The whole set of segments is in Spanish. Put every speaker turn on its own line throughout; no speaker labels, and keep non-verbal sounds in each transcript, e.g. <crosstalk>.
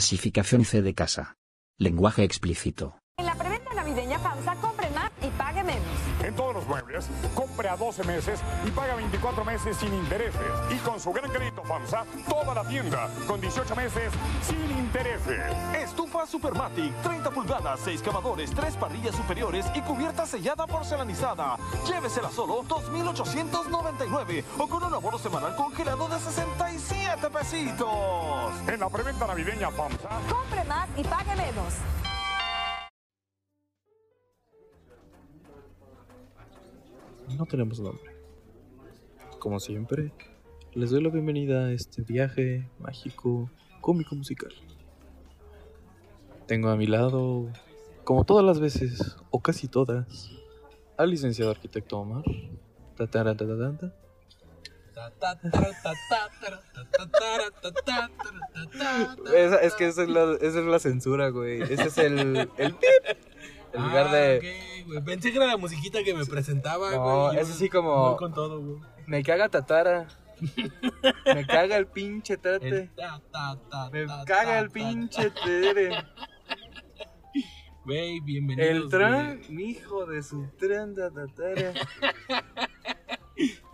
Clasificación C de casa. Lenguaje explícito.
En la preventa navideña FAMSA, compre más y pague menos.
En todos los muebles, compre a 12 meses y paga 24 meses sin intereses. Y con su gran crédito FAMSA, toda la tienda, con 18 meses sin intereses.
Estufa Supermatic, 30 pulgadas, 6 cavadores, 3 parrillas superiores y cubierta sellada porcelanizada. Llévesela solo 2.899 o con un abono semanal congelado de 67 pesitos.
En la preventa navideña FAMSA,
Compre más y pague menos.
No tenemos nombre. Como siempre, les doy la bienvenida a este viaje mágico, cómico musical. Tengo a mi lado, como todas las veces, o casi todas, al licenciado arquitecto Omar. Tataratatata.
Esa- es que esa es, la, esa es la censura, güey. Ese es el, el pip. En lugar de.
Ah, ok, güey. Pensé que era la musiquita que me presentaba,
No,
güey. Yo
es así como-
voy con todo, güey.
Me caga Tatara. Me caga el pinche
El
Tate.
ta, ta, ta,
Me
ta, ta,
caga el
ta.
pinche Tere.
Güey, bienvenidos.
El tran, hijo de su tran da Tatara.
güey.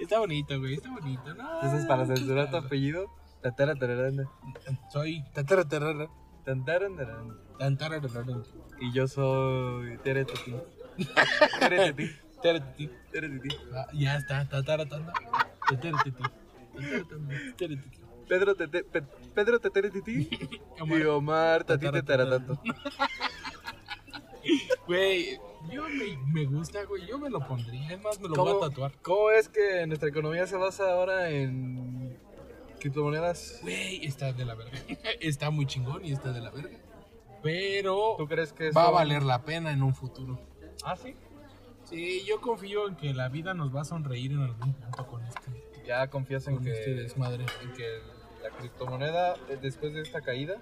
Está bonito, güey. Está bonito, ¿no?
Entonces, para censurar tu apellido, Tatara Tararana.
Soy. tatara, tarara,
Tantaran darán.
tan, tarara, tarara,
Y yo soy Tere Tati. Tere Tati.
tara, titi.
Tere Tati.
Ah, Ya está. tatara, tanda, tatara, titi, tatara, tanda, tatara, titi.
Pedro Tete. Pe- Pedro Tetere Titi.
<laughs> Omar.
Y Omar Tatite Taratato.
<laughs> Güey, yo me, me gusta, güey. Yo me lo pondría. Es más, me lo voy a tatuar.
¿Cómo es que nuestra economía se basa ahora en criptomonedas?
Güey, está de la verga. <laughs> Está muy chingón y está de la verga. Pero
¿Tú crees que eso
va a valer la pena en un futuro.
Ah, sí.
Sí, yo confío en que la vida nos va a sonreír en algún punto con este,
Ya confías en
con este
que,
desmadre.
en que la criptomoneda eh, después de esta caída,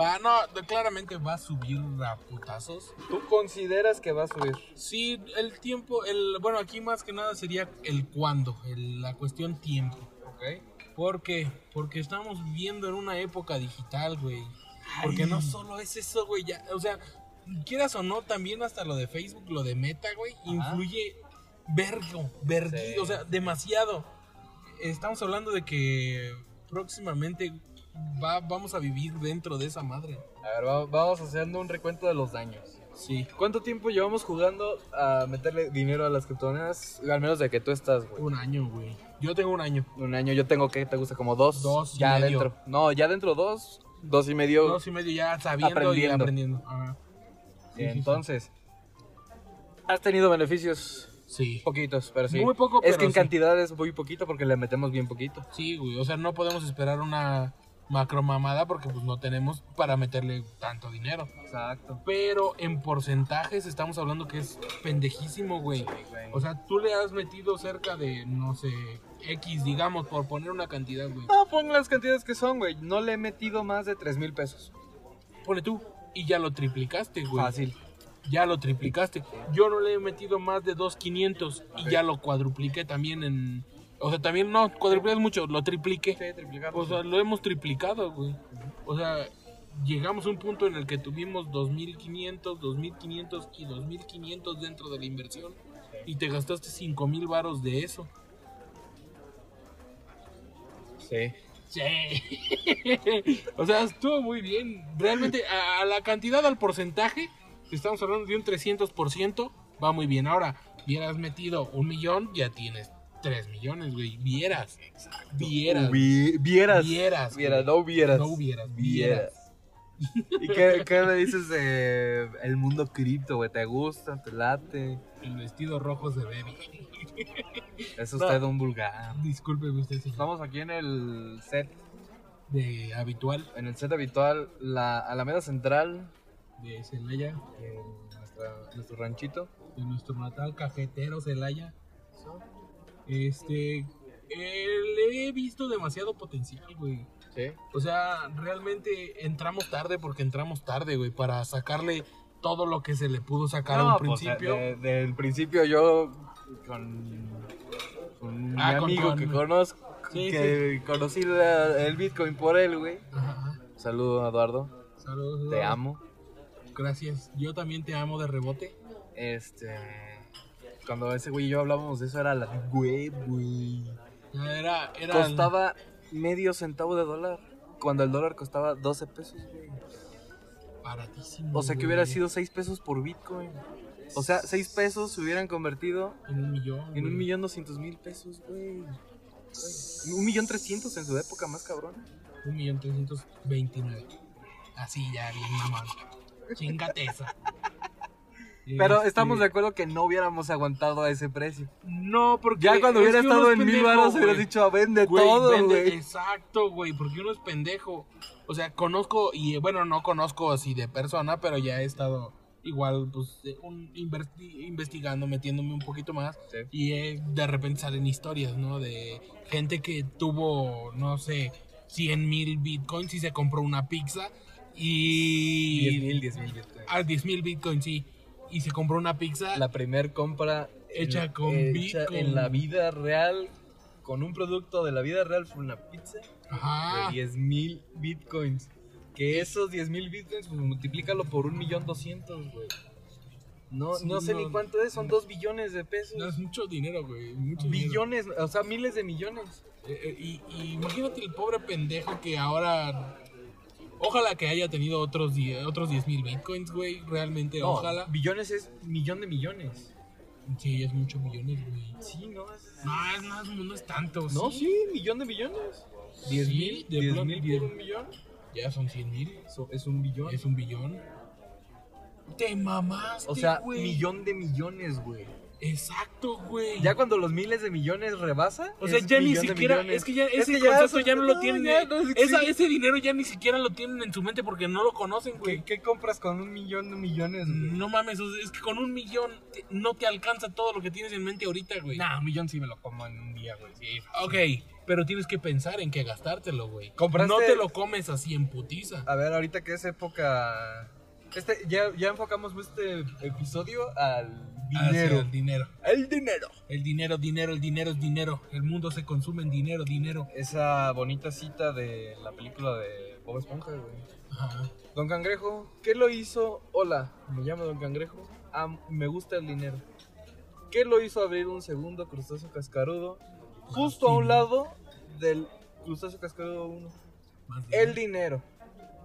Va, no, de- claramente va a subir a putazos.
¿tú consideras que va a subir?
Sí, el tiempo, el, bueno, aquí más que nada sería el cuándo, el- la cuestión tiempo.
¿Ok?
¿Por qué? Porque estamos viviendo en una época digital, güey. Porque no solo es eso, güey. ya, O sea, quieras o no, también hasta lo de Facebook, lo de Meta, güey, influye vergo, vergui,
Sí.
o sea, demasiado. Estamos hablando de que próximamente va- vamos a vivir dentro de esa madre.
A ver, va- vamos haciendo un recuento de los daños.
Sí.
¿Cuánto tiempo llevamos jugando a meterle dinero a las criptomonedas? Al menos de que tú estás, güey.
Un año, güey. Yo tengo un año.
Un año, yo tengo que, ¿te gusta? Como dos.
Dos y
Ya
medio.
dentro. No, ya dentro dos, dos y medio.
Dos y medio ya sabiendo
Aprendiendo.
y aprendiendo. Ajá. sí, sí.
Entonces, has tenido beneficios
Sí.
poquitos, pero sí.
Muy poco,
Es
pero
que en
sí.
cantidad es muy poquito porque le metemos bien poquito.
Sí, güey, o sea, no podemos esperar una macromamada porque pues no tenemos para meterle tanto dinero.
Exacto.
Pero en porcentajes estamos hablando que es pendejísimo, güey. O sea, tú le has metido cerca de, no sé, X, digamos, por poner una cantidad, güey.
No, pon las cantidades que son, güey. No le he metido más de 3 mil pesos.
Pone tú y ya lo triplicaste, güey.
Fácil.
Ya lo triplicaste. Yo no le he metido más de 2.500 y ya lo cuadrupliqué también en... O sea, también no, cuadrupliqué es mucho, lo tripliqué.
Pues,
O sea, lo hemos triplicado, güey. O sea, llegamos a un punto en el que tuvimos 2.500, 2.500 y 2.500 dentro de la inversión. Y te gastaste 5.000 varos de eso.
Sí.
Sí. <laughs> o sea, estuvo muy bien. Realmente, a, a la cantidad, al porcentaje, si estamos hablando de un 300%, va muy bien. Ahora, hubieras metido un millón, ya tienes 3 millones, güey. Vieras. Vieras.
Vi- vieras.
Vieras,
Vieras,
güey.
no vieras.
No hubieras. Vieras.
Vieras. ¿Y qué, qué me dices de el mundo cripto, güey? ¿Te gusta? ¿Te late?
El vestido rojo se ve bien. Ah,
Es usted un vulgar.
Disculpe usted, señor.
Estamos aquí en el set,
De habitual
en el set habitual, la Alameda Central,
de Celaya,
en nuestra- nuestro ranchito.
de nuestro natal cajetero Celaya. Este. eh, le he visto demasiado potencial, güey.
Sí.
O sea, realmente entramos tarde porque entramos tarde, güey, para sacarle todo lo que se le pudo sacar a
No,
un
pues,
principio.
de- del principio yo con, con
Ah,
mi
con
amigo
tu
que
ami-
conozco,
Sí,
que conocí la- el Bitcoin por él, güey.
Ajá.
Saludo, Eduardo.
Saludos.
Te
Eduardo.
amo.
Gracias. Yo también te amo de rebote.
Este. Cuando ese güey y yo hablábamos de eso, era la. Güey, güey.
Ya era. era
Costaba medio centavo de dólar. Cuando el dólar costaba 12 pesos, güey.
baratísimo.
O sea que
güey.
hubiera sido 6 pesos por Bitcoin. O sea, 6 pesos se hubieran convertido
En un millón.
en
güey.
un millón doscientos mil pesos, güey. Un millón trescientos en su época, más cabrón.
Un millón trescientos veintinueve. Así ya, bien mamón. Chingate esa.
Pero estamos de
Este,
acuerdo que no hubiéramos aguantado a ese precio.
No, porque.
Ya cuando
es
hubiera
que
estado
uno
en
es
mil
pendejo,
baros,
güey.
hubieras dicho, "Ah, vende
Güey,
todo,
vende-
güey.
Exacto, güey, porque uno es pendejo. O sea, conozco, y bueno, no conozco así de persona, pero ya he estado igual, pues, de un- inverti- investigando, metiéndome un poquito más.
Sí.
Y eh, de repente salen historias, ¿no? De gente que tuvo, no sé, 100 mil bitcoins y se compró una pizza. Y.
10.000, 10.000 Bitcoin.
Ah, 10 mil bitcoins, sí. Y se compró una pizza.
La primer compra
Hecha
en-
con
hecha
Bitcoin.
en la vida real, con un producto de la vida real, fue una pizza
Ajá.
de 10 mil Bitcoins. Que esos 10 mil Bitcoins, pues multiplícalo por un millón doscientos, güey. No,
Sí,
no sé
no,
ni cuánto es, son 2 billones de pesos.
No, es mucho dinero, güey. Mucho dinero.
billones, o sea, miles de millones.
Eh, eh, y, y imagínate el pobre pendejo que ahora. Ojalá que haya tenido otros, die- otros 10 mil bitcoins, güey. Realmente,
No,
ojalá.
Billones es millón de millones.
Sí, es mucho millones, güey.
Sí, no, es-
No, es- no, es- no es tanto.
No, sí, millón de millones.
¿Diez
¿10
mil?
mil?
De
¿10
plan-
mil
diez-
por un millón?
Ya son 100 mil.
Eso es un billón.
Es un billón. Te mamaste.
o sea,
este, güey.
millón de millones, güey.
Exacto, güey.
Ya cuando los miles de millones rebasa.
O sea,
es
ya ni
millón de
siquiera,
millones.
es que ya ese
Es que ya
concepto
son-
ya no lo tienen,
ya no existe.
esa- ese dinero ya ni siquiera lo tienen en su mente porque no lo conocen, güey. Mm,
¿Qué, qué compras con un millón de millones, güey?
No mames, o sea, es que con un millón te- no te alcanza todo lo que tienes en mente ahorita, güey.
Nah, un millón sí me lo como en un día, güey. Sí.
Ok, pero tienes que pensar en que gastártelo, güey.
Compraste-
No te lo comes así en putiza.
A ver, ahorita que es época. Este, ya, ya enfocamos este episodio al
Hacia
dinero.
El dinero.
El dinero.
El dinero, dinero, el dinero es dinero. El mundo se consume en dinero, dinero.
Esa bonita cita de la película de Bob Esponja, güey.
Ajá.
Don Cangrejo, ¿qué lo hizo? Hola, me llamo Don Cangrejo. Am- me gusta el dinero. ¿Qué lo hizo abrir un segundo crustáceo cascarudo justo a un lado del crustáceo cascarudo 1?
Más
El
dinero.
dinero.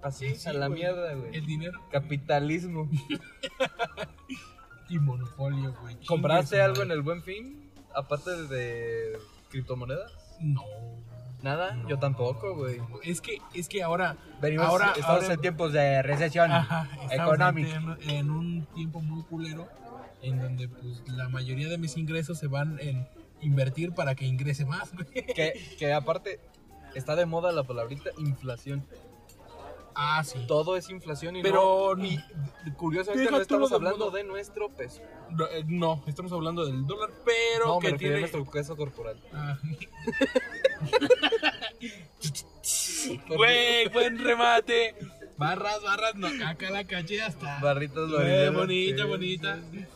Así,
Sí,
a la
güey.
mierda,
El
güey.
dinero <laughs>
Capitalismo.
y monopolio, güey.
¿Compraste
Chingue su
algo en
madre.
el buen fin? Aparte de criptomonedas.
No.
Nada, yo tampoco, güey.
Es que, es que ahora.
Venimos,
ahora,
estamos
ahora-
en tiempos de recesión
Ajá, estamos
económica.
En, en un tiempo muy culero en donde pues la mayoría de mis ingresos se van en invertir para que ingrese
<laughs>
más, güey.
Que, que aparte está de moda la palabrita inflación.
Ah, sí.
Todo es inflación y
Pero
no,
ni-
y curiosamente
deja
no
tú
estamos
lo del
hablando
mundo.
de nuestro peso.
No, eh, no, estamos hablando del dólar, pero
no, me
que
refiero
tiene.
a nuestro peso corporal.
Ah. <laughs> Güey, buen remate. Barras, barras, no, acá la caché hasta.
Barritas
Eh,
bolivianas,
bonita,
sí.
bonita.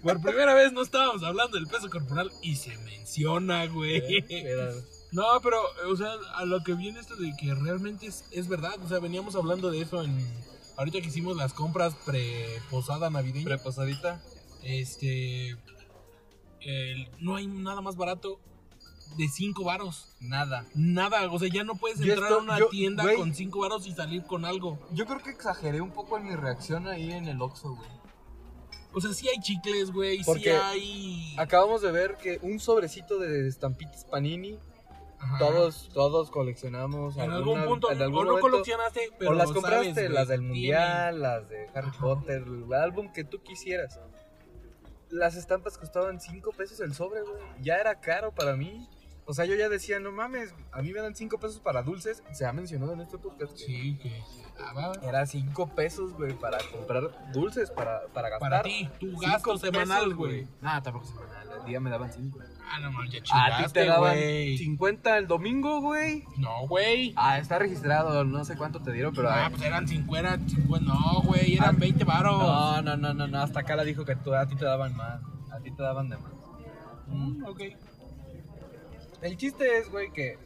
<laughs> Por primera vez no estábamos hablando del peso corporal y se menciona,
este,
güey.
Mira,
No, pero, o sea, a lo que viene esto de que realmente es, es verdad. O sea, veníamos hablando de eso en. Ahorita que hicimos las compras pre-posada navideña.
preposadita.
Este. el- no hay nada más barato de 5 varos.
Nada.
Nada, o sea, ya no puedes
Yo
entrar a
esto-
una
yo-
tienda
güey.
con 5 varos y salir con algo.
Yo creo que exageré un poco en mi reacción ahí en el Oxxo, güey.
O sea, sí hay chicles, güey, sí
Porque
hay...
Acabamos de ver que un sobrecito de estampitas Panini,
Ajá.
todos todos coleccionamos
En
alguna-
algún punto,
en algún
o no
momento.
coleccionaste, pero
o las
sabes,
compraste,
güey,
las del
tiene-
mundial, las de Harry
Ajá.
Potter, el álbum que tú quisieras. Las estampas costaban 5 pesos el sobre, güey. Ya era caro para mí. O sea, yo ya decía, no mames, a mí me dan 5 pesos para dulces. Se ha mencionado en este podcast. que
Sí, que... ah, va.
Era 5 pesos, güey, para comprar dulces, para, para gastar.
Para ti, tu
Cinco
gasto
pesos,
semanal, güey.
Nah, tampoco semanal. Al día me daban 5.
Ah, no, mames, ya
A ti te
chingaste,
daban
güey.
50 el domingo, güey.
No, güey.
Ah, está registrado, no sé cuánto te dieron, pero...
Ah,
ah,
pues eran 50, 50, no, güey, eran
Ah,
20 varos.
No, no, no, no, no, hasta Cala dijo que tú- a ti te daban más. A ti te daban de más.
Mm, ok.
El chiste es, güey, que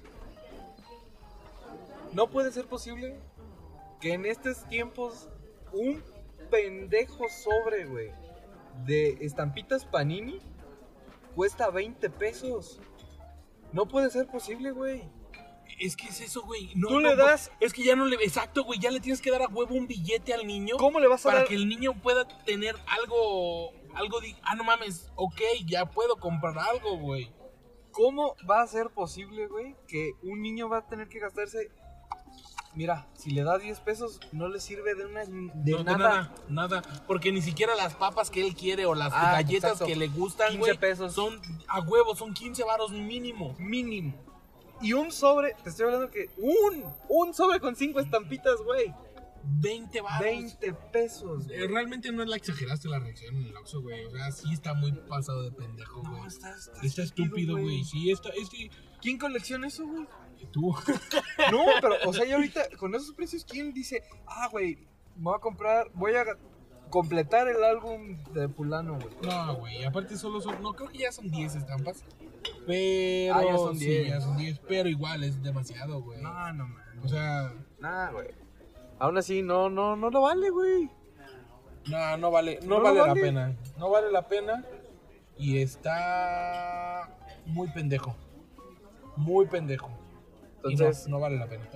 No puede ser posible que en estos tiempos un pendejo sobre, güey, de estampitas Panini cuesta 20 pesos. No puede ser posible, güey.
Es que es eso, güey. No,
Tú
no,
le
no.
das-
Es que ya no le. Exacto, güey. Ya le tienes que dar a huevo un billete al niño.
¿Cómo le vas a
Para
dar?
que el niño pueda tener algo. Algo de. Ah, no mames. Ok, ya puedo comprar algo, güey.
¿Cómo va a ser posible, güey, que un niño va a tener que gastarse... Mira, si le das 10 pesos, no le sirve de, una, de
No,
nada.
nada. Porque ni siquiera las papas que él quiere o las
Ah,
galletas
exacto.
que le gustan,
15
güey.
pesos.
Son a huevo, son 15 varos mínimo.
mínimo. Y un sobre, te estoy hablando que un, un sobre con cinco estampitas, güey.
20 varos.
20 pesos.
Eh,
güey.
Realmente no la exageraste la reacción en el Oxxo, güey. O sea, sí está muy pasado de pendejo, güey.
No, está, está
está estúpido, güey. Sí, está, es que
¿Quién colecciona eso, güey?
tú... <laughs>
No, pero, o sea, y ahorita, con esos precios, ¿quién dice, ah, güey, me voy a comprar, voy a completar el álbum de Pulano, güey?
No, güey, aparte solo son, no creo que ya son 10 estampas. Pero
Ah, ya son
sí,
10.
ya son 10, pero igual es demasiado, güey.
No, no, man.
O sea,
Nah, güey. Aún así, no, no, no lo vale, güey.
no, no vale, no,
No
vale,
vale.
la pena. No vale la pena y está muy pendejo. Muy pendejo. Y
Entonces-
no, no vale la pena.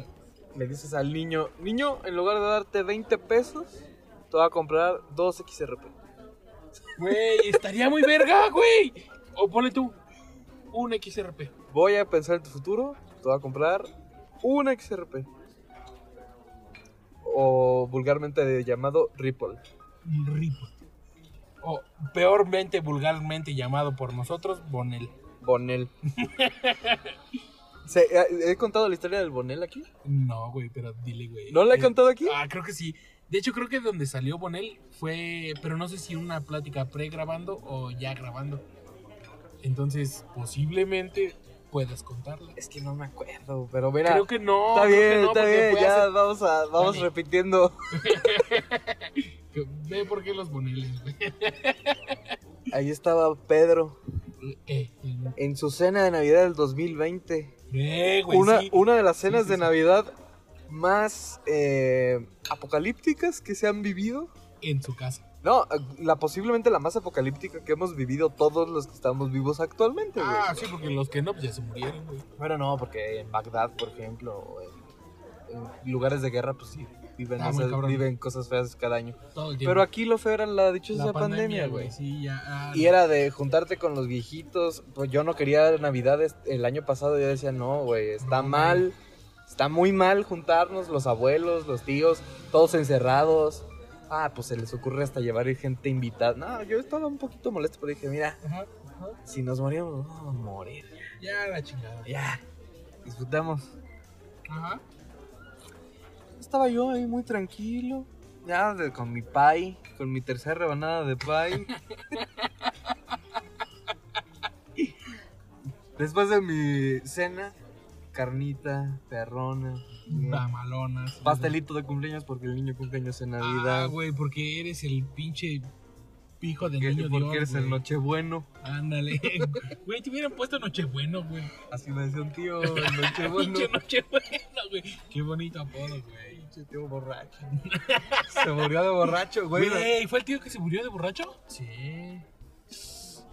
Le dices al niño, niño, en lugar de darte 20 pesos, te voy a comprar dos XRP.
Güey, estaría muy verga, güey. O ponle tú un XRP.
voy a pensar en tu futuro, te voy a comprar una XRP. O vulgarmente de- llamado Ripple.
Ripa. O peormente, vulgarmente llamado por nosotros, Bonel.
<laughs> Bonel. Se- eh, ¿He contado la historia del Bonel aquí?
No, güey, pero dile, güey.
¿No la he
Eh,
contado aquí?
Ah, creo que sí. De hecho, creo que donde salió Bonel fue, pero no sé si una plática pre-grabando o ya grabando. Entonces, posiblemente puedas contarla.
Es que no me acuerdo, pero mira.
Creo que no.
está
creo que
bien,
no,
está
porque
bien,
fue
ya
hace-
vamos, a, vamos
Vale.
repitiendo.
que- Ve por qué los Boneles, güey.
Ahí estaba Pedro
Eh,
en su cena de Navidad del 2020.
eh, güey,
una,
sí.
una de las cenas
sí,
de
sí.
Navidad más eh, apocalípticas que se han vivido.
En su casa.
No, eh, la posiblemente la más apocalíptica que hemos vivido todos los que estamos vivos actualmente, güey.
Ah, sí, porque los que no, pues ya se murieron, güey.
Bueno, no, porque en Bagdad, por ejemplo, o en, en lugares de guerra, pues sí, viven,
Ah, muy
esas-
cabrón.
viven cosas feas cada año.
Todo el tiempo.
Pero aquí lo feo era la dichosa
la
pandemia, güey.
Sí, ya. ah,
Y era de juntarte con los viejitos. Pues yo no quería Navidades el año pasado. Yo decía, no, güey, está
No,
mal. Está muy mal juntarnos los abuelos, los tíos, todos encerrados. Ah, pues se les ocurre hasta llevar gente invitada. No, yo estaba un poquito molesto, pero dije, mira,
Ajá.
si nos morimos, nos vamos a morir.
Ya la chingada.
Ya, disfrutamos.
Ajá.
Estaba yo ahí muy tranquilo. Ya, de- con mi pie, con mi tercera rebanada de pie. <laughs> Después de mi cena, carnita, perrona,
Tamalonas.
pastelito de cumpleaños porque el niño cumpleaños en Navidad.
Ah, güey, porque eres el pinche pijo del
porque
niño
porque
Dios,
eres el
güey.
nochebueno. <laughs>
Ándale. Güey, te hubieran puesto Nochebueno, güey.
Así me decía un tío,
<laughs>
el nochebueno.
Pinche Nochebueno, güey. Qué bonito apodo, güey.
Pinche tío borracho. Se murió de borracho, güey.
Güey, ¿fue el tío que se murió de borracho?
Sí.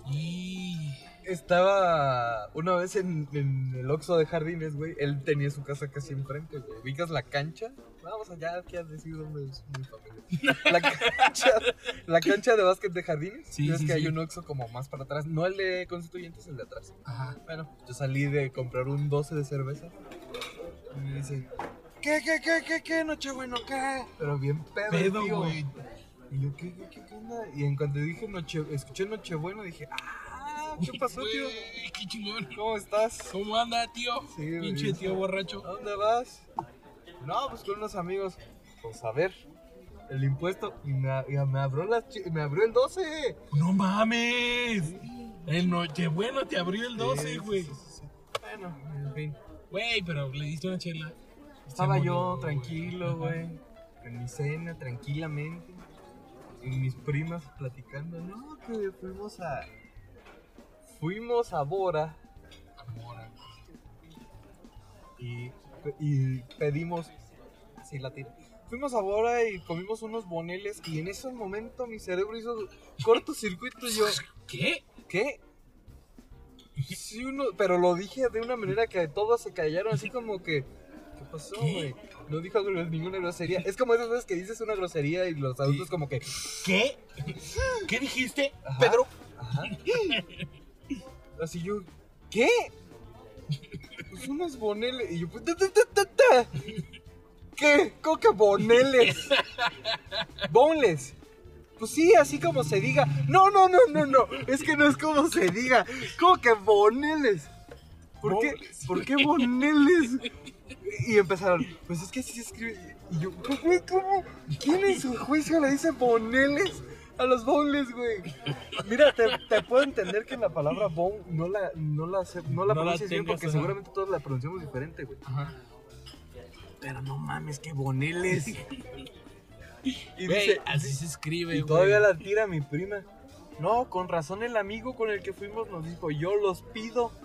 Y...
Estaba una vez en, en el Oxxo de Jardines, güey. Él tenía su casa casi enfrente, güey. ¿Ubicas la cancha? Vamos allá, que has decidido mi familia. La cancha, la cancha de básquet de Jardines.
Sí,
Sí, es
sí,
que
sí.
hay un Oxxo como más para atrás. No el de Constituyentes, el de atrás.
Ajá.
Bueno, yo salí de comprar un 12 de cerveza. Y me dice, ¿qué, qué, qué, qué, qué, noche bueno, qué? Pero bien pedo, el
Pedo,
tío.
güey.
Y yo, ¿qué, qué, qué, qué onda? Y en cuanto dije noche, escuché Nochebuena, dije, ah, ¿qué pasó, tío?
Güey, Qué chingón.
¿Cómo estás?
¿Cómo anda, tío?
Sí, güey. Ah.
Pinche tío borracho.
¿A dónde vas? No, pues con unos amigos. Pues a ver, el impuesto. Y me, y me abrió, las chi- me abrió el 12.
¡No mames! El Nochebueno te abrió el 12, güey.
Sí, sí, sí, sí. Bueno, en fin.
Güey, pero le diste una chela.
Estaba
Se
yo
murió,
tranquilo,
Ajá.
güey. En mi cena, tranquilamente. Y mis primas platicando. No, que fuimos a. Fuimos a Bora.
Ahora.
Y pe- y pedimos. Sí, la tira. Fuimos a Bora y comimos unos boneles y en ese momento mi cerebro hizo cortocircuito y yo,
¿Qué?
¿qué? Sí, uno, pero lo dije de una manera que todos se callaron, así como que, ¿qué pasó, güey? No dijo gro- ninguna grosería. Es como esas veces que dices una grosería y los adultos como que,
¿Qué? ¿Qué dijiste,
Ajá.
Pedro?
Ajá. Así yo, ¿qué? Pues unos boneles. Y yo, pues, ta, ta, ta, ta, ta. ¿qué? ¿Cómo que boneles? Boneless. Pues sí, así como se diga. No, no, no, no, no. Es que no es como se diga. ¿Cómo que boneles? ¿Por qué, ¿Por qué boneles? Y empezaron, pues es que así se escribe. Y yo, güey, ¿cómo? ¿Quién en su juicio le dice boneles a los boneless, güey? Mira, te, te puedo entender que la palabra bone no la, no la, sé- no la
No la
pronuncias bien
tengas,
porque
ajá.
seguramente todos la pronunciamos diferente, güey. Pero no mames, qué
<laughs>
boneles. y
Güey,
dice,
así se escribe,
y
güey.
todavía la tira mi prima. No, con razón el amigo con el que fuimos nos dijo, yo los pido. <laughs>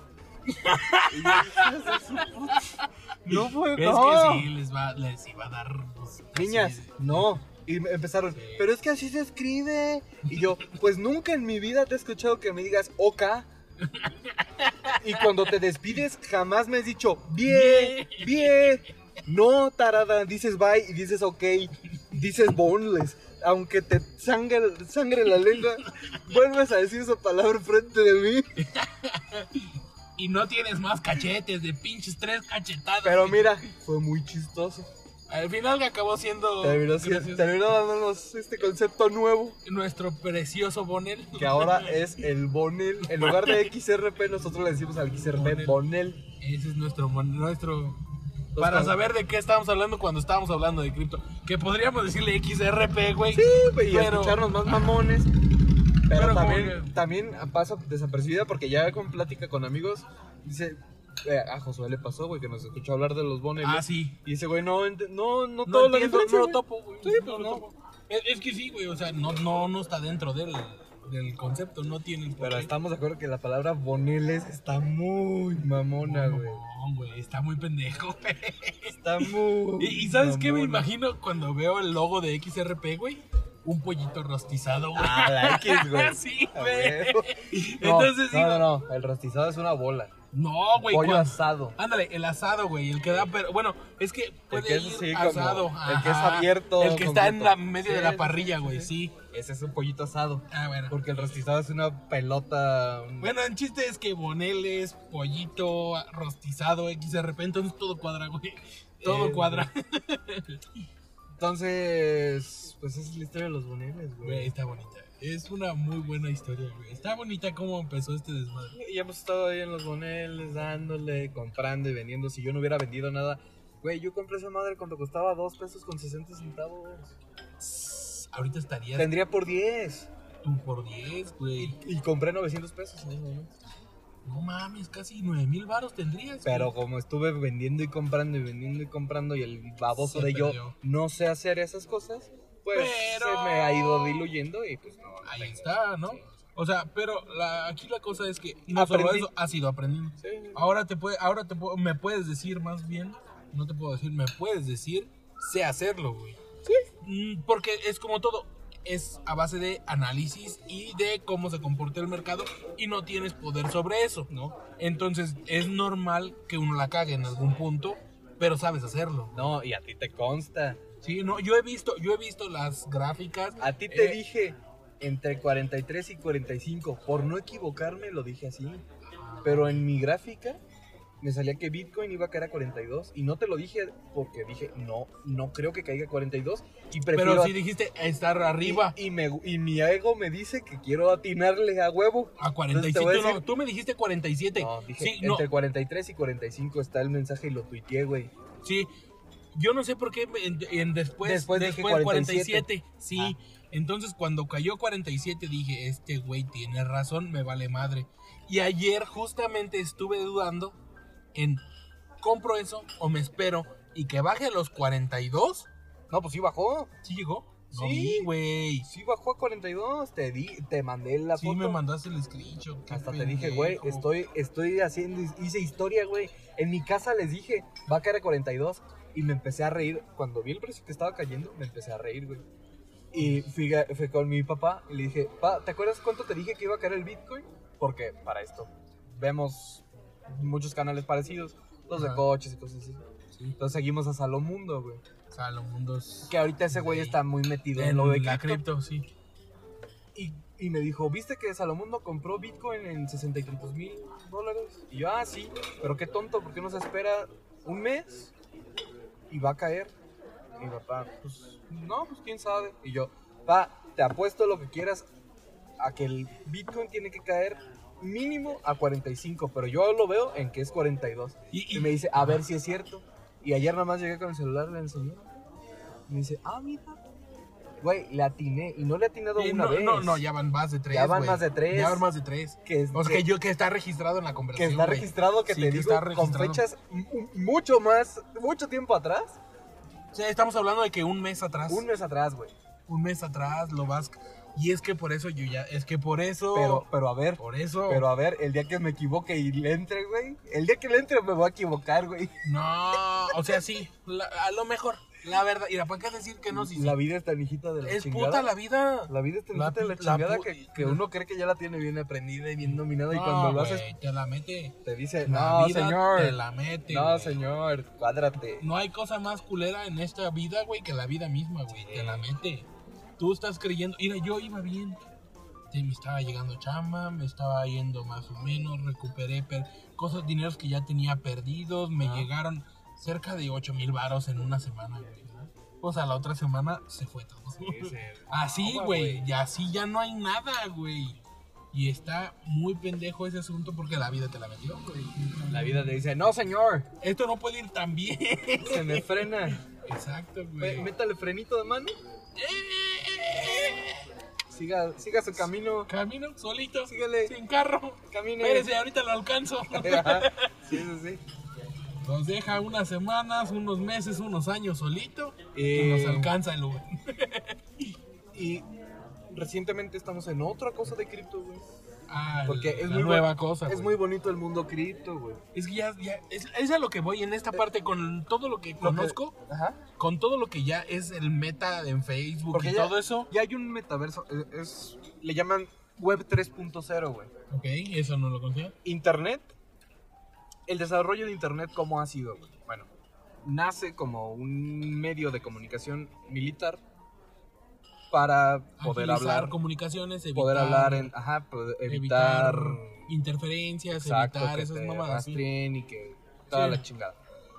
Y yo, "Hijos de su puta".
<laughs>
No fue,
Es
no.
que sí, les va, les iba a dar. pues,
Niñas,
así de-
no. Y me empezaron, pero es que así se escribe. Y yo, pues nunca en mi vida te he escuchado que me digas oka. Y cuando te despides, jamás me has dicho, bien, bien. No, tarada, dices bye y dices ok, dices boneless. Aunque te sangre, sangre la lengua, vuelves a decir esa palabra frente de mí.
Y no tienes más cachetes de pinches tres cachetadas.
Pero mira, fue muy chistoso.
Al final acabó siendo.
Terminó, siendo-
gracias,
terminó dándonos este concepto nuevo.
Nuestro precioso Bonel.
que ahora es el Bonel. En lugar de XRP, nosotros le decimos al XRP
Bonel.
Bonel.
Ese es nuestro. mon- nuestro para saber de qué estábamos hablando cuando estábamos hablando de cripto. Que podríamos decirle XRP, güey.
Sí, güey, y
Pero-
escucharnos más mamones. Pero,
Pero como
también,
que-
también pasa desapercibida porque ya con plática con amigos, dice, eh, a Josué le pasó, güey, que nos escuchó hablar de los Boneles.
Ah, sí.
Y dice, güey, no, ent- no, no,
No
todo lo
entiendo,
diferencia,
no lo
güey.
topo, güey.
Sí, pues
lo
no.
topo. Es, es que sí, güey. O sea, no, no, no está dentro del, del concepto. No tiene el
Pero
porqué.
estamos de acuerdo que la palabra Boneles está muy mamona, güey.
No, güey, está muy pendejo, <laughs> güey.
Está muy.
<laughs> ¿Y, y sabes qué me
mamona.
imagino cuando veo el logo de XRP, güey? Un pollito rostizado, güey.
Ah, la X,
<laughs>
güey.
Sí,
A
güey. <laughs>
huevo. No,
Entonces
no,
digo-
no, no, el rostizado es una bola.
No, güey.
pollo
cuan-
asado.
Ándale, el asado, güey. El que da, pero bueno, es que puede
que es
ir
así como-
asado.
el que es abierto,
El que está en la
completo.
medio
Sí,
de la
sí,
parrilla,
sí,
güey,
sí,
sí.
Ese es un pollito asado.
Ah, bueno.
Porque el rostizado es una pelota. un-
Bueno, el chiste es que boneles, pollito, rostizado, XRP, entonces todo cuadra, güey. Todo
Eh,
cuadra.
Entonces, pues esa es la historia de los boneles,
Güey,
güey.
está bonita. Es una muy buena historia, güey. Está bonita cómo empezó este desmadre.
Y hemos estado ahí en los boneles, dándole, comprando y vendiendo. Si yo no hubiera vendido nada, güey, yo compré esa madre cuando costaba 2 pesos con 60 centavos.
Ahorita estarías
Tendría por 10.
tú por 10, güey.
Y compré 900 pesos en ese momento.
No mames, casi 9 mil baros tendrías.
Pero
güey.
como estuve vendiendo y comprando y vendiendo y comprando y el baboso
Se
de yo
perdió.
no sé hacer esas cosas, pues
Pero-
se me ha ido diluyendo y pues no.
Ahí está, ¿no? O sea, pero la- aquí la cosa es que no solo
Aprendí.
eso ha sido aprendiendo. Ahora te puede, ahora te puedo- me puedes decir más bien, no te puedo decir, me puedes decir, sé hacerlo, güey. Sí. Porque es como todo, es a base de análisis y de cómo se comporta el mercado y no tienes poder sobre eso, ¿no? Entonces es normal que uno la cague en algún punto, pero sabes hacerlo.
No, y a ti te consta.
Sí, no, yo he visto, yo he visto las gráficas.
A ti te
Eh,
dije entre 43 y 45, por no equivocarme lo dije así. Pero en mi gráfica me salía que Bitcoin iba a caer a 42 y no te lo dije porque dije, no, no creo que caiga a 42 y prefiero
Pero si dijiste estar arriba.
Y, y me, y mi ego me dice que quiero atinarle a huevo.
A
Entonces, te voy a
47, no,
decir-
tú me dijiste 47.
No, dije,
sí, no,
entre 43 y 45 está el mensaje y lo tuiteé, güey.
sí. Yo no sé por qué me- en, en después,
Después
después,
dije
47. Sí.
Ah.
Entonces cuando cayó 47 dije, este güey tiene razón, me vale madre. Y ayer justamente estuve dudando en, ¿compro eso o me espero? Y que baje a los 42.
No, pues sí bajó.
¿Sí llegó? No vi, güey.
Sí, bajó a 42. Te di, te mandé la
Sí,
foto.
me mandaste el screenshot. qué
Hasta te dije, güey,
pendejo.
estoy, estoy haciendo, hice historia, güey. En mi casa les dije, va a caer a 42. Y me empecé a reír. Cuando vi el precio que estaba cayendo, me empecé a reír, güey. Y fui, a- fui con mi papá y le dije, pa, ¿te acuerdas cuánto te dije que iba a caer el Bitcoin? Porque para esto vemos muchos canales parecidos, los de
Ajá.
coches y cosas así.
Sí.
Entonces seguimos a Salomundo, güey.
O sea, los mundos.
Que ahorita ese güey
Sí.
está muy metido en
En
lo de
la
cripto.
cripto, sí.
Y, y me dijo, ¿viste que Salomundo compró Bitcoin en 60 y tantos mil dólares? Y yo, ah, sí, pero qué tonto, ¿por qué no se espera un mes y va a caer? Y mi papá, pues, no, pues quién sabe. Y yo, pa, te apuesto lo que quieras a que el Bitcoin tiene que caer mínimo a 45, pero yo lo veo en que es 42.
Y,
Y me dice, a ver si es cierto. Y ayer nada más llegué con el celular del señor. Y me dice, ah, mira. Güey, le atiné. Y no le he atinado
y
una
no,
vez.
no, no, ya van más de tres.
Ya van
güey.
más de tres.
Ya van más de tres.
Que, es-
O sea,
que-
que, yo, que está registrado en la
que
conversación.
está
güey.
registrado, que
Sí,
te
que
digo
está
con
registrado.
fechas mu- mucho más, mucho tiempo atrás.
O sea, estamos hablando de que un mes atrás.
Un mes atrás, güey.
un mes atrás lo vas y es que por eso yo ya es que por eso
Pero, pero a ver,
por eso
pero a ver, el día que me equivoque y le entre, güey. El día que le entre me voy a equivocar, güey.
no o sea sí la- a lo mejor la verdad y la para qué decir que no si
La vida es tan hijita de la
es
chingada.
puta la vida
La vida es tan
La
hijita de la
pi- la
chingada
pu-
que, que uno cree que ya la tiene bien aprendida y bien dominada y
No,
cuando lo
güey,
haces
te la mete
Te dice,
La
no,
vida
señor.
te la mete
no,
güey.
señor, cuádrate.
no hay cosa más culera en esta vida güey que la vida misma güey te la mete tú estás creyendo mira yo iba bien Sí, me estaba llegando chamba, me estaba yendo más o menos, recuperé per- cosas, dineros que ya tenía perdidos, me llegaron cerca de 8 mil varos en una semana, güey. O sea, la otra semana se fue todo. <laughs> así, güey, y así ya no hay nada, güey. Y está muy pendejo ese asunto porque la vida te la metió, güey.
La vida te dice, no, señor,
Esto no puede ir tan bien. <laughs>
se me frena. Mé-
Exacto, <laughs> güey.
Métale frenito de mano. Siga, siga su camino.
Camino solito,
Síguele.
sin carro.
Camine.
Espérese, ahorita
<laughs>
lo alcanzo. <laughs>
Ajá, sí, sí, sí.
Nos deja unas semanas, unos meses, unos años solito y
Eh,
nos alcanza el Uber.
Y recientemente estamos en otra cosa de cripto, güey.
Ah,
Porque
la
es muy
nueva
bu-
cosa.
Es
Ah, güey.
muy bonito el mundo cripto, güey.
Es que ya, ya- es, es a lo que voy en
Eh.
esta parte con todo lo que conozco,
Ajá.
con todo lo que ya es el meta en Facebook
Porque
y
ya-
todo eso.
Ya hay un metaverso, es- es- le llaman Web 3.0, güey.
Ok, eso no lo conocía.
Internet, el desarrollo de Internet, ¿cómo ha sido? güey? Bueno, nace como un medio de comunicación militar para poder
Agilizar
hablar,
comunicaciones, evitar,
poder hablar en, ajá, poder evitar,
interferencias,
exacto,
evitar
que
esas
te
mamadas. sí.
rastren y que toda
Sí.
la chingada.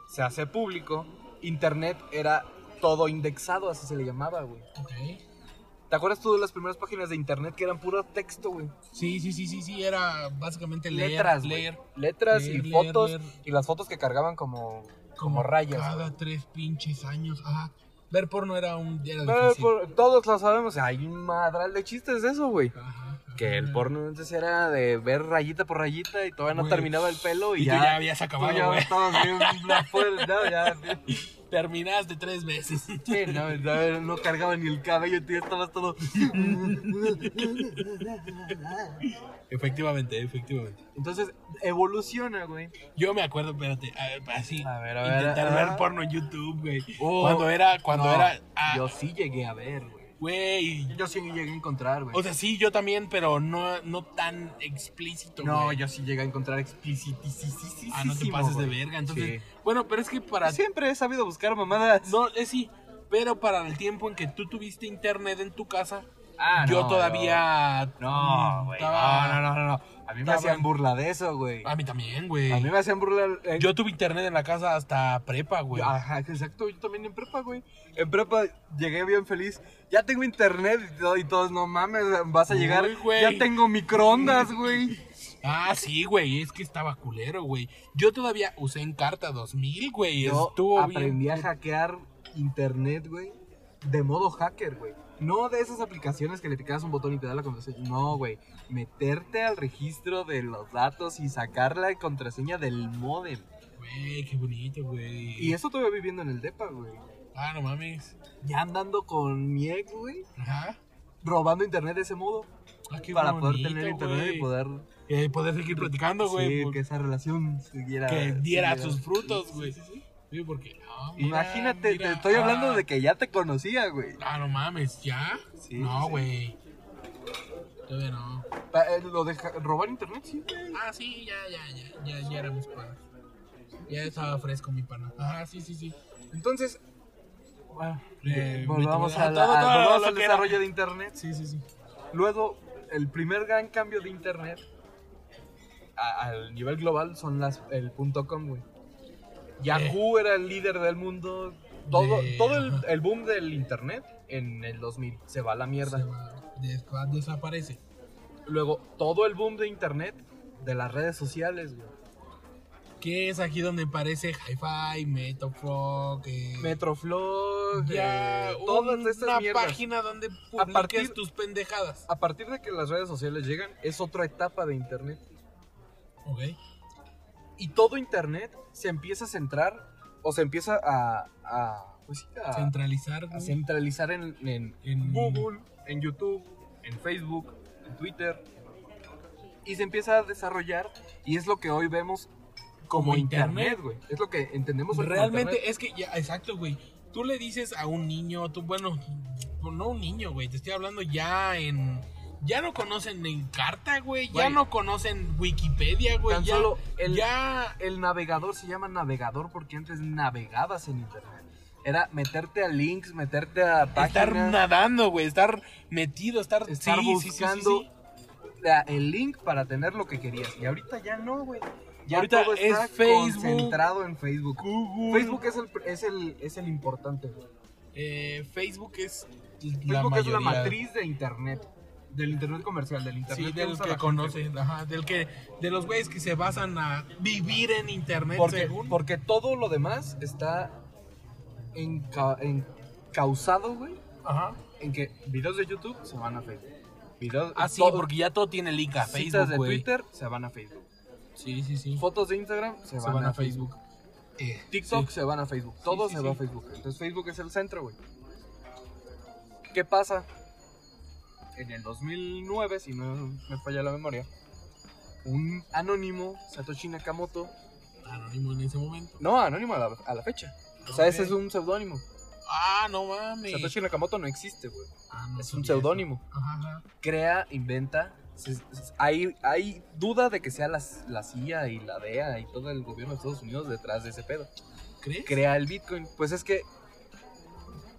Se hace público, Internet era todo indexado, así se le llamaba, güey.
Ok.
¿Te acuerdas tú de las primeras páginas de Internet que eran puro texto, güey?
Sí, sí, sí, sí, sí, era básicamente leer,
letras, güey.
leer
letras y
Leer, leer,
fotos
leer.
y las fotos que cargaban como como rayas.
Cada
güey.
tres pinches años. Ajá. Ver porno era un era
Pero
difícil.
por- todos lo sabemos, hay un madral de chistes de eso, güey.
Ajá, ajá.
Que el porno antes era de ver rayita por rayita y todavía no
Güey.
terminaba el pelo y,
Y tú
ya,
ya
<laughs>
habías
tú
acabado,
ya
güey.
estabas bien la fuera, no, ya,
<laughs> Terminaste tres veces.
sí, no, no, no cargaba ni el cabello, tú ya estabas todo.
<laughs> Efectivamente, efectivamente.
Entonces, evoluciona, güey.
Yo me acuerdo, espérate, a ver, así.
A ver, a ver,
intentar
a ver.
ver porno en YouTube, güey.
Oh,
cuando era, cuando
no,
era, ah,
Yo sí llegué a ver, güey.
güey.
Yo sí llegué a encontrar, güey.
O sea, sí, yo también, pero no, no tan explícito,
No,
güey.
yo sí llegué a encontrar explicitísimo.
Ah, no te pases de verga, entonces. Bueno, pero es que para
Siempre he sabido buscar mamadas.
no, es sí, pero para el tiempo en que tú tuviste internet en tu casa,
Ah,
yo
no,
todavía
No,
mm,
güey.
estaba-
No, no, no, no. A mí me
estaba-
hacían burla de eso, güey.
A mí también, güey.
A mí me hacían Ah. burla. eh,
Yo tuve internet en la casa hasta prepa, güey.
Ajá, exacto. Yo también en prepa, güey. En prepa llegué bien feliz. Ya tengo internet y, todo- y todos, no mames, vas a
Uy,
llegar.
güey.
Ya tengo microondas,
<laughs>
güey.
Ah, sí, güey, es que estaba culero, güey. Yo todavía usé Encarta 2000, güey. Estuvo
aprendí
bien.
a hackear internet, güey. De modo hacker, güey. No de esas aplicaciones que le picabas un botón y te da la contraseña. No, güey. Meterte al registro de los datos y sacar la contraseña del modem.
Güey, qué bonito, güey.
Y eso todavía viviendo en el DEPA, güey.
Ah, no mames.
Ya andando con mi ex, güey.
Ajá.
Robando internet de ese modo.
Ah, qué
para
bonito,
poder tener internet
<laughs> güey.
y poder
Y ahí poder seguir platicando, güey.
sí,
por-
que
que,
esa relación siguiera.
diera
siguiera.
sus frutos, güey. Sí, porque no, mira,
Imagínate,
mira,
te estoy hablando
ah,
de que ya te conocía, güey.
Ah, no mames, ¿ya?
Sí,
no,
sí.
güey. Todavía no.
Pa- eh, Lo de ja- robar internet, sí, güey.
Ah, sí, ya, ya, ya, ya, ya éramos panas. Ya estaba fresco mi pana. Ajá, sí, sí, sí.
Entonces, bueno,
Eh,
volvamos
meto-
a la-
todo,
a-
todo
volvamos
lo
al
que era.
desarrollo de internet.
Sí, sí, sí.
Luego, el primer gran cambio de internet a- al nivel global son las el punto .com, güey. Yahoo era el líder del mundo. Todo,
Eh. De-
todo el,
ajá.
el boom del internet en el 2000 se va a la mierda.
Se va- des- desaparece.
Luego, todo el boom de internet de las redes sociales, güey.
Que es aquí donde aparece Hi-Fi, Metafrog, eh,
Metroflog,
ya
eh, todas
un-
estas
una
mierdas.
página donde
A
publiques
partir-
tus pendejadas.
A partir de que las redes sociales llegan, es otra etapa de internet.
Ok.
Y todo internet se empieza a centrar o se empieza a, a, pues sí, a-
Centralizar.
a
güey.
centralizar en, en
En-
Google, en YouTube, en Facebook, en Twitter. Y se empieza a desarrollar y es lo que hoy vemos como
Como internet.
internet, güey. Es lo que entendemos hoy como internet.
Realmente es que, ya, exacto, güey. Tú le dices a un niño, tú, bueno, pues no un niño, güey. Te estoy hablando ya en. Ya no conocen Encarta, güey. Ya
Güey.
no conocen Wikipedia, güey.
Tan
Ya,
solo el-
ya
El navegador se llama navegador porque antes navegabas en internet. Era meterte a links, meterte a páginas,
estar nadando, güey. Estar metido, estar,
estar
sí, sí, sí, sí, sí.
buscando la- el link para tener lo que querías. Y ahorita ya no, güey. Ya
Ahorita
todo está
es Facebook,
concentrado en Facebook.
Google.
Facebook es el, es el, es el importante. güey.
Eh, Facebook es la
Facebook es la
mayoría.
matriz de internet, del internet comercial, del internet
Sí, de los
usa
que
la gente, güey.
conocen, ajá, del que, de los güeyes que se basan a vivir en internet
Porque,
según.
porque todo lo demás está enca- encauzado, güey,
Ajá.
en que videos de YouTube se van a Facebook. Videos,
Ah, sí,
todo-
porque ya todo tiene link a
citas
Facebook,
de
güey.
Twitter se van a Facebook.
Sí, sí, sí.
Fotos de Instagram se,
Se van a Facebook. Eh,
TikTok
sí.
se van a Facebook. Todo
sí,
se
sí.
va a Facebook. Entonces Facebook es el centro, güey. ¿Qué pasa? En el 2009, si no me falla la memoria, un anónimo, Satoshi Nakamoto,
Anónimo en ese momento.
no, anónimo a la, a la fecha. O sea, ese
Ok.
es un seudónimo.
Ah, no mames.
Satoshi Nakamoto no existe, güey.
Ah, no
Es un
sabía eso.
seudónimo.
Ajá, ajá.
Crea, inventa. se- se- Hay, hay duda de que sea la, la CIA y la DEA y todo el gobierno de Estados Unidos detrás de ese pedo.
¿Crees?
crea el Bitcoin. Pues es que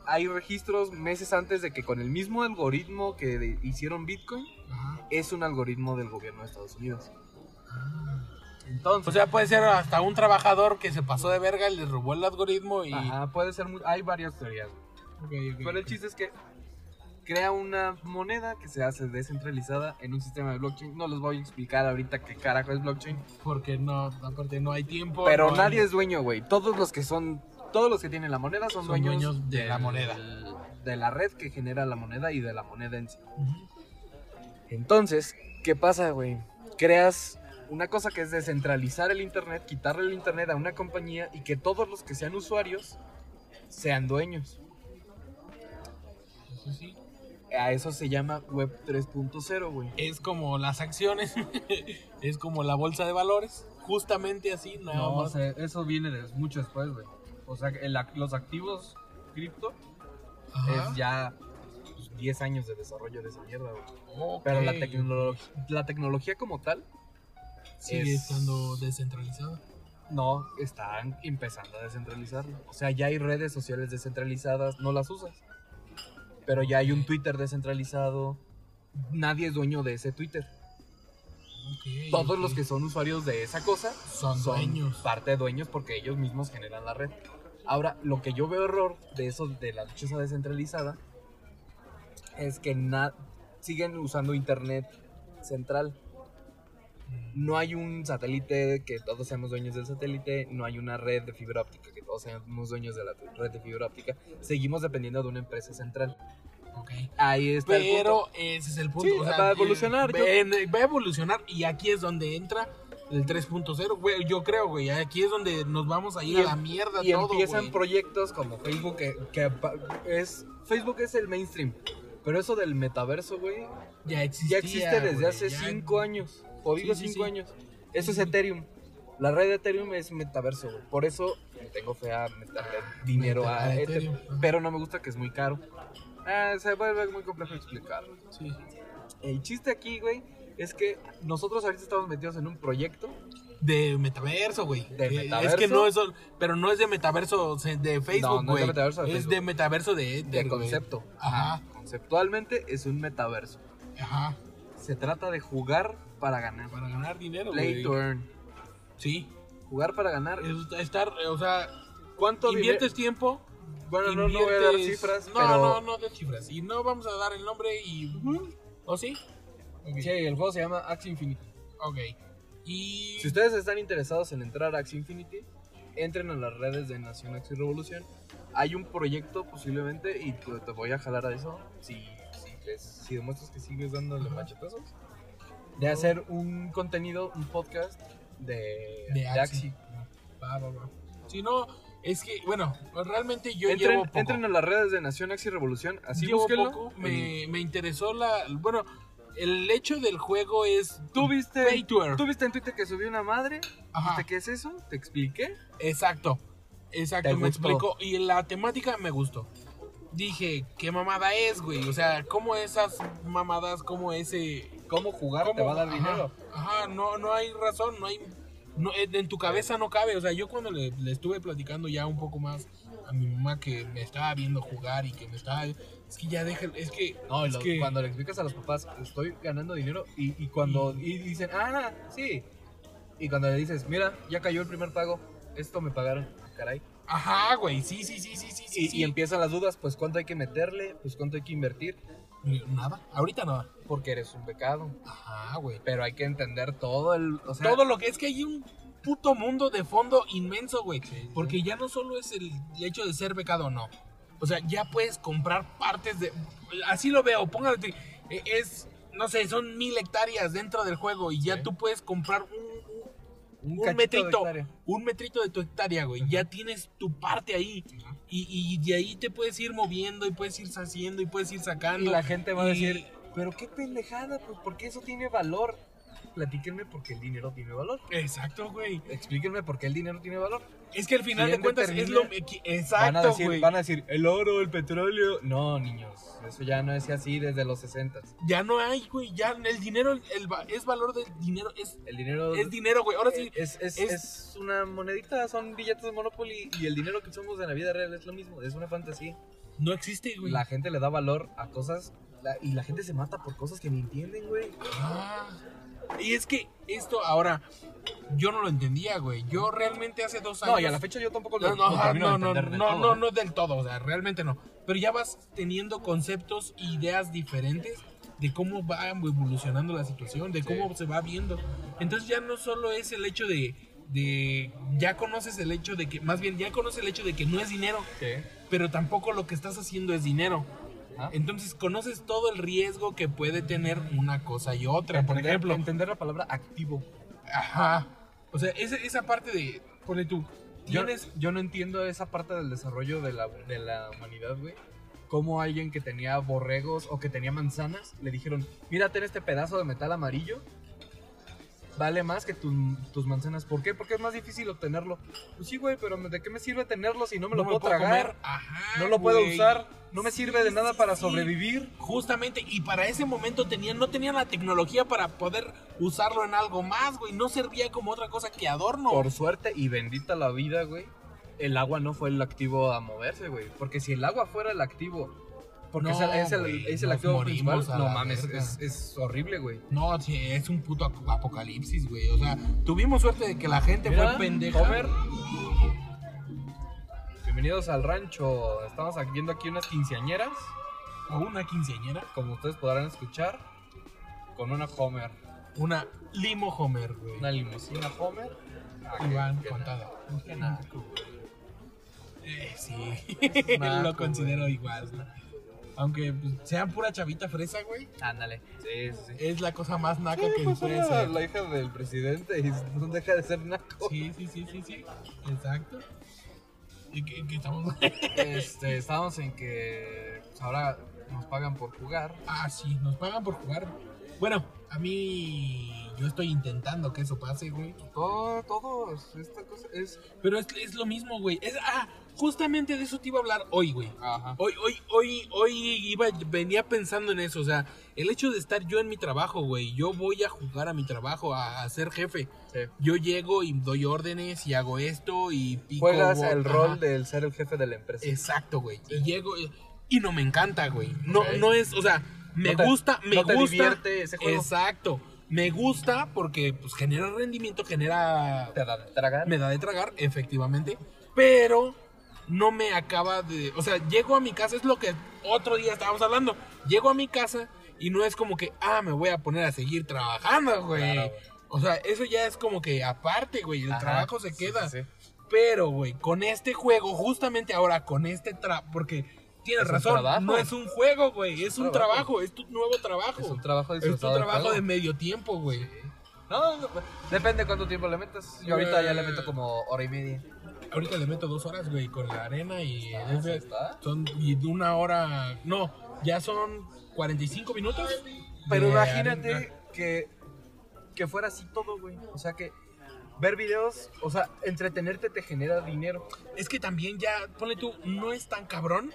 hay registros meses antes de que con el mismo algoritmo que de- hicieron Bitcoin,
Ajá.
es un algoritmo del gobierno de Estados Unidos.
O
Entonces,
sea, puede ser hasta un trabajador que se pasó de verga y le robó el algoritmo y.
ajá, puede ser muy- hay varias teorías.
Ok, ok,
Pero el
ok.
chiste es que crea una moneda que se hace descentralizada en un sistema de blockchain. No les voy a explicar ahorita qué carajo es blockchain,
Porque no, aparte no hay tiempo.
pero
no hay-
nadie es dueño, güey. Todos los que son todos los que tienen la moneda son,
Son
dueños,
dueños de la
del-
moneda.
de la red que genera la moneda y de la moneda en sí.
Ujú.
Entonces, ¿qué pasa, güey? Creas una cosa que es descentralizar el Internet, quitarle el Internet a una compañía y que todos los que sean usuarios sean dueños.
Sí, sí.
A eso se llama Web 3.0, güey.
Es como las acciones, <laughs> es como la bolsa de valores, justamente así, nada
No, o
más.
sea, eso viene de mucho después, güey. O sea, el ac- los activos cripto
Ajá.
es ya pues, 10 años de desarrollo de esa mierda, güey.
Ok.
Pero la, tecnolo- la tecnología como tal
sigue
es-
estando descentralizada.
No, están empezando a descentralizarlo. O sea, ya hay redes sociales descentralizadas, no las usas. Pero ya hay un Twitter descentralizado. Nadie es dueño de ese Twitter.
Ok,
Todos
ok.
los que son usuarios de esa cosa
son,
son
dueños.
parte de dueños porque ellos mismos generan la red. Ahora, lo que yo veo error de eso, de la lucha descentralizada, es que na- siguen usando internet central.
Mm.
No hay un satélite que todos seamos dueños del satélite, no hay una red de fibra óptica que todos seamos dueños de la red de fibra óptica. Seguimos dependiendo de una empresa central.
Ok.
Ahí está el punto.
Pero ese es el punto.
Sí, va a evolucionar, yo-
ven- va a evolucionar y aquí es donde entra el 3.0, güey, yo creo, güey, aquí es donde nos vamos a ir
Y
a
em-
la mierda
y
todo,
empiezan
güey.
proyectos como Facebook que, que apa- es Facebook es el mainstream pero eso del metaverso güey
Ya existía,
ya existe desde
güey,
hace
ya-
5 años jodido
Sí, sí,
5
sí.
años eso es Ethereum la red de Ethereum es metaverso güey. por eso le tengo fe a meterle dinero
Meta-
a
a
Ethereum
Ethereum.
pero no me gusta que es muy caro Ah, se vuelve muy complejo explicar
Sí.
el chiste aquí güey es que nosotros ahorita estamos metidos en un proyecto
De metaverso, güey.
De
Eh, Es
metaverso.
que no es, sol- pero no es de metaverso o sea, de Facebook,
No, no es de
güey.
metaverso de
es
Facebook.
de metaverso de Ether,
de
güey.
concepto
Ajá,
conceptualmente es un metaverso
ajá.
Se trata de jugar para ganar.
Para ganar dinero,
Play
güey.
to earn.
Sí.
Jugar para ganar.
Es- estar, eh, o sea,
¿Cuánto
inviertes tiempo.
Bueno, no, no voy a dar
inviertes-
cifras.
No,
pero...
no, no de cifras. Y no vamos a dar el nombre y. ¿O sí?
Sí, el juego se llama Axie Infinity.
Ok. Y.
Si ustedes están interesados en entrar a Axie Infinity, entren a las redes de Nación Axie Revolución. Hay un proyecto posiblemente y te, te voy a jalar a eso si, si, les- si demuestras que sigues dándole machetazos. De hacer un contenido, un podcast de,
De
de
Axie.
Axie.
Va, va, va. Si no, es que, bueno, realmente yo llevo
Entren,
poco.
entren a las redes de Nación Axie Revolución. Así
Llevo
búsquenlo.
poco,
en-
me, me interesó la. Bueno, el hecho del juego es.
¿Tú viste,
Pay to earn.
¿Tú viste en Twitter que subió una madre?
Ajá.
¿Viste qué es eso? ¿Te expliqué?
Exacto. Exacto,
Te
me
gustó.
explicó. Y la temática me gustó. Dije, ¿qué mamada es, güey? O sea, ¿cómo esas mamadas, cómo ese.
¿Cómo jugar
cómo-
te va a dar
ajá,
dinero?
Ajá, no, no hay razón, no hay. no, en en tu cabeza no cabe. O sea, yo cuando le, le estuve platicando ya un poco más a mi mamá que me estaba viendo jugar y que me estaba. Es que ya deja. Es que.
No, y
es
lo-
que-
cuando le explicas a los papás, estoy ganando dinero, y, y cuando y dicen, ah, sí. Y cuando le dices, mira, ya cayó el primer pago, esto me pagaron, Ah, caray.
Ajá, güey. Sí, sí, sí, sí, sí. sí,
Y,
sí.
y empiezan las dudas, pues cuánto hay que meterle, pues cuánto hay que invertir,
Nada, ahorita nada.
porque eres un becado. Ah,
Ajá, güey.
Pero hay que entender todo el... O sea,
Todo lo que es que hay un puto mundo de fondo inmenso, güey. Porque ya no solo es el hecho de ser becado, no. O sea, ya puedes comprar partes de... Así lo veo, póngate... eh, Es, no sé, son mil hectáreas dentro del juego y ya
Sí.
tú puedes comprar un- un
un,
un
cachito de
metrito.
hectárea.
un metrito de tu hectárea, güey. Ya tienes tu parte ahí. Y, y de ahí te puedes ir moviendo y puedes ir haciendo y puedes ir
Y
sacando.
la gente va a
Y-
decir, pero qué pendejada, pues porque eso tiene valor. Platíquenme por qué el dinero tiene valor.
Exacto, güey.
Explíquenme por qué el dinero tiene valor.
Es que al final de
¿Quién
cuentas es
determina?
lo... que-
van, a
Exacto,
decir,
güey.
van a decir, el oro, el petróleo. No, niños, eso ya no es así desde los 60.
Ya no hay, güey. Ya el dinero el va- es valor del dinero. Es,
El dinero eh,
es dinero, güey. Ahora sí.
es, es-
es-
es una monedita, son billetes de Monopoly y el dinero que usamos en la vida real es lo mismo, es una fantasía.
No existe, güey.
eh, La gente le da valor a cosas la- y la gente se mata por cosas que ni entienden, güey.
Ah. Y es que esto ahora... Yo no lo entendía, güey. Yo realmente hace dos años...
No, y a la fecha yo tampoco lo,
No, no,
lo
ajá,
termino de
ah, no, no,
entender del
no,
todo,
no,
¿eh?
no del todo, o sea, realmente no. Pero ya vas teniendo conceptos, ideas diferentes de cómo va evolucionando la situación, de cómo se va viendo. Entonces ya no solo es el hecho de, de- ya conoces el hecho de que, más bien ya conoces el hecho de que no es dinero,
Sí.
pero tampoco lo que estás haciendo es dinero.
Ajá.
Entonces conoces todo el riesgo que puede tener una cosa y otra. Por
Entender-
ejemplo,
entender la palabra activo.
ajá. O sea, esa, esa parte de, ponle tú,
Yo,
tienes...
yo no entiendo esa parte del desarrollo de la, de la humanidad, güey. Cómo alguien que tenía borregos o que tenía manzanas le dijeron: Mira, ten este pedazo de metal amarillo. Vale más que tu- tus manzanas. ¿Por qué? Porque es más difícil obtenerlo. Pues sí, güey, pero ¿de qué me sirve tenerlo si no me lo puedo, tragar?
comer. Ajá,
No lo puedo
güey.
usar. No me
Sí,
sirve de nada
sí,
para
sí.
sobrevivir.
Justamente, y para ese momento tenían, no tenían la tecnología para poder usarlo en algo más, güey. No servía como otra cosa que adorno.
Por suerte y bendita la vida, güey. El agua no fue el activo a moverse, güey. Porque si el agua fuera el activo. Porque
No,
es el, es el-
güey,
es el
nos
activo
morimos
principal.
a
No
la
mames,
verga.
es, es horrible, güey.
No, sí, es un puto ap- apocalipsis, güey. O sea, tuvimos suerte de que la gente
Mira,
fue pendeja.
Homer. Bienvenidos al rancho. Estamos aquí- viendo aquí unas quinceañeras,
O una quinceañera.
como ustedes podrán escuchar, con una Homer.
Una limo Homer, güey.
Una limusina Homer. Ah,
Y
qué-
van
qué
contada.
naco, qué naco.
Eh, sí.
Naco,
<laughs> lo considero igual. ¿no? Aunque pues, sea pura chavita fresa, güey,
Ándale. Sí, sí, sí.
es la cosa más naca
Sí,
que
pues
puede
era
ser.
la hija del presidente y no deja de ser naco.
Sí, sí, sí, sí, sí. Exacto. Y que, que estamos. <laughs>
Este, estábamos en que pues, ahora nos pagan por jugar.
Ah, sí, nos pagan por jugar. Bueno, a mí. Yo estoy intentando que eso pase, güey.
Todo, todo, esta cosa es...
Pero es, es lo mismo, güey. Es, ah, justamente de eso te iba a hablar hoy, güey.
Ajá.
Hoy, hoy, hoy, hoy iba, venía pensando en eso, o sea, el hecho de estar yo en mi trabajo, güey, yo voy a jugar a mi trabajo, a, a ser jefe.
Sí.
Yo llego y doy órdenes y hago esto y pico.
Juegas
bo-
el
ajá.
rol del ser el jefe de la empresa.
Exacto, güey. Y llego y, y no me encanta, güey. No,
Ok.
no es, o sea, me
No te-
gusta, me
no te
gusta.
divierte ese juego.
Exacto. Me gusta porque pues genera rendimiento, genera
Te da de tragar.
me da de tragar, efectivamente. Pero no me acaba de. O sea, llego a mi casa, es lo que otro día estábamos hablando. Llego a mi casa y no es como que, ah, me voy a poner a seguir trabajando, güey.
Claro, güey.
o sea, eso ya es como que aparte, güey. El
Ajá,
trabajo se
sí,
queda.
sí, sí.
Pero, güey, con este juego, justamente ahora, con este tra... Porque tienes
Es un
razón,
trabajo.
no es un juego, güey. Es un
trabajo.
trabajo, es tu nuevo trabajo.
Es un trabajo
Es tu
disfrazado de
trabajo
juego.
de medio tiempo, güey.
No, no, depende cuánto tiempo le metas. Yo ahorita ya le meto como hora y media.
Ahorita le meto dos horas, güey, con la arena y.
Ah, sí está.
Son y de una hora. No, ya son 45 minutos.
Pero
de
imagínate
arena.
que, que fuera así todo, güey. O sea que ver videos, o sea, entretenerte te genera dinero.
Es que también ya, ponle tú, no es tan cabrón,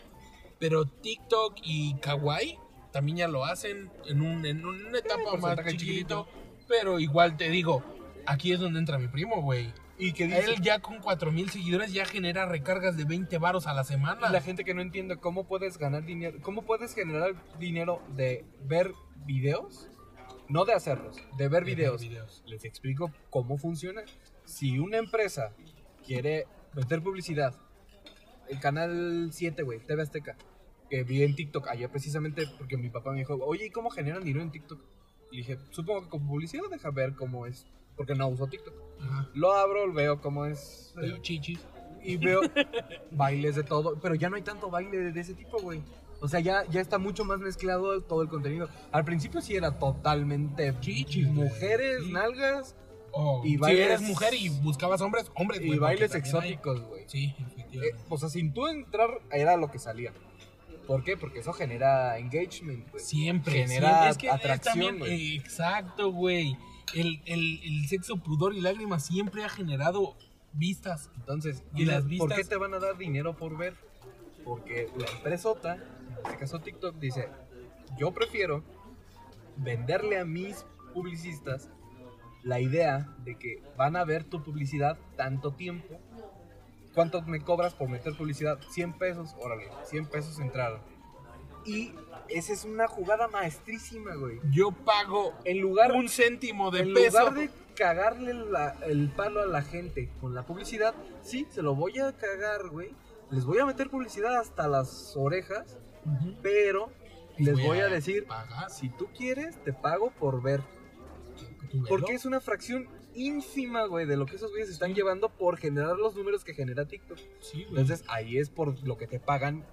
pero TikTok y Kawaii también ya lo hacen en, un, en
Eh,
una etapa más
porcentaje
chiquito, Pero igual te digo, aquí es donde entra mi primo, güey.
Y que dice-
Él ya con 4000 seguidores ya genera recargas de 20 varos a la semana.
Y la gente que no entiende cómo puedes ganar dinero, cómo puedes generar dinero de ver videos, no de hacerlos, de ver
De ver
videos.
videos.
Les explico cómo funciona. Si una empresa quiere meter publicidad, el canal 7, güey, TV Azteca, que vi en TikTok ayer precisamente porque mi papá me dijo, oye, ¿y cómo generan dinero en TikTok? Y dije, supongo que con publicidad deja ver cómo es, porque no uso TikTok.
Ajá.
Lo abro, veo cómo es el
Pero Chichis.
y veo bailes de todo, pero ya no hay tanto baile de ese tipo, güey. O sea, ya, ya está mucho más mezclado todo el contenido. Al principio sí era totalmente
Chichis, güey.
mujeres,
Sí.
nalgas
O
Y
si
bailes-
eres Oh, mujer y buscabas hombres, hombres.
y
güey,
bailes
porque también hay-
exóticos, güey.
Sí,
Eh,
efectivamente.
o sea, sin tú entrar era lo que salía. ¿Por qué? Porque eso genera engagement, güey.
siempre.
genera
siempre. Es que es
atracción,
también-
güey.
eh, exacto, güey. El, el- el sexo, pudor y lágrimas siempre ha generado vistas.
Entonces,
Y las
¿por qué
vistas-
te van a dar dinero por ver? Porque la empresota, en este caso TikTok, dice, yo prefiero venderle a mis publicistas la idea de que van a ver tu publicidad tanto tiempo. ¿Cuánto me cobras por meter publicidad? 100 pesos, órale, 100 pesos entraron. Y esa es una jugada maestrísima, güey.
Yo pago
En lugar
un céntimo de
en
peso.
lugar de cagarle la- el palo a la gente con la publicidad, sí, se lo voy a cagar, güey. Les voy a meter publicidad hasta las orejas,
Ujú.
pero les voy,
Voy
a,
a
decir,
Pagar.
si tú quieres, te pago por ver.
tu velo.
Porque es una fracción ínfima, güey, de lo que esos güeyes están llevando por generar los números que genera TikTok.
Sí, güey.
Entonces ahí es por lo que te pagan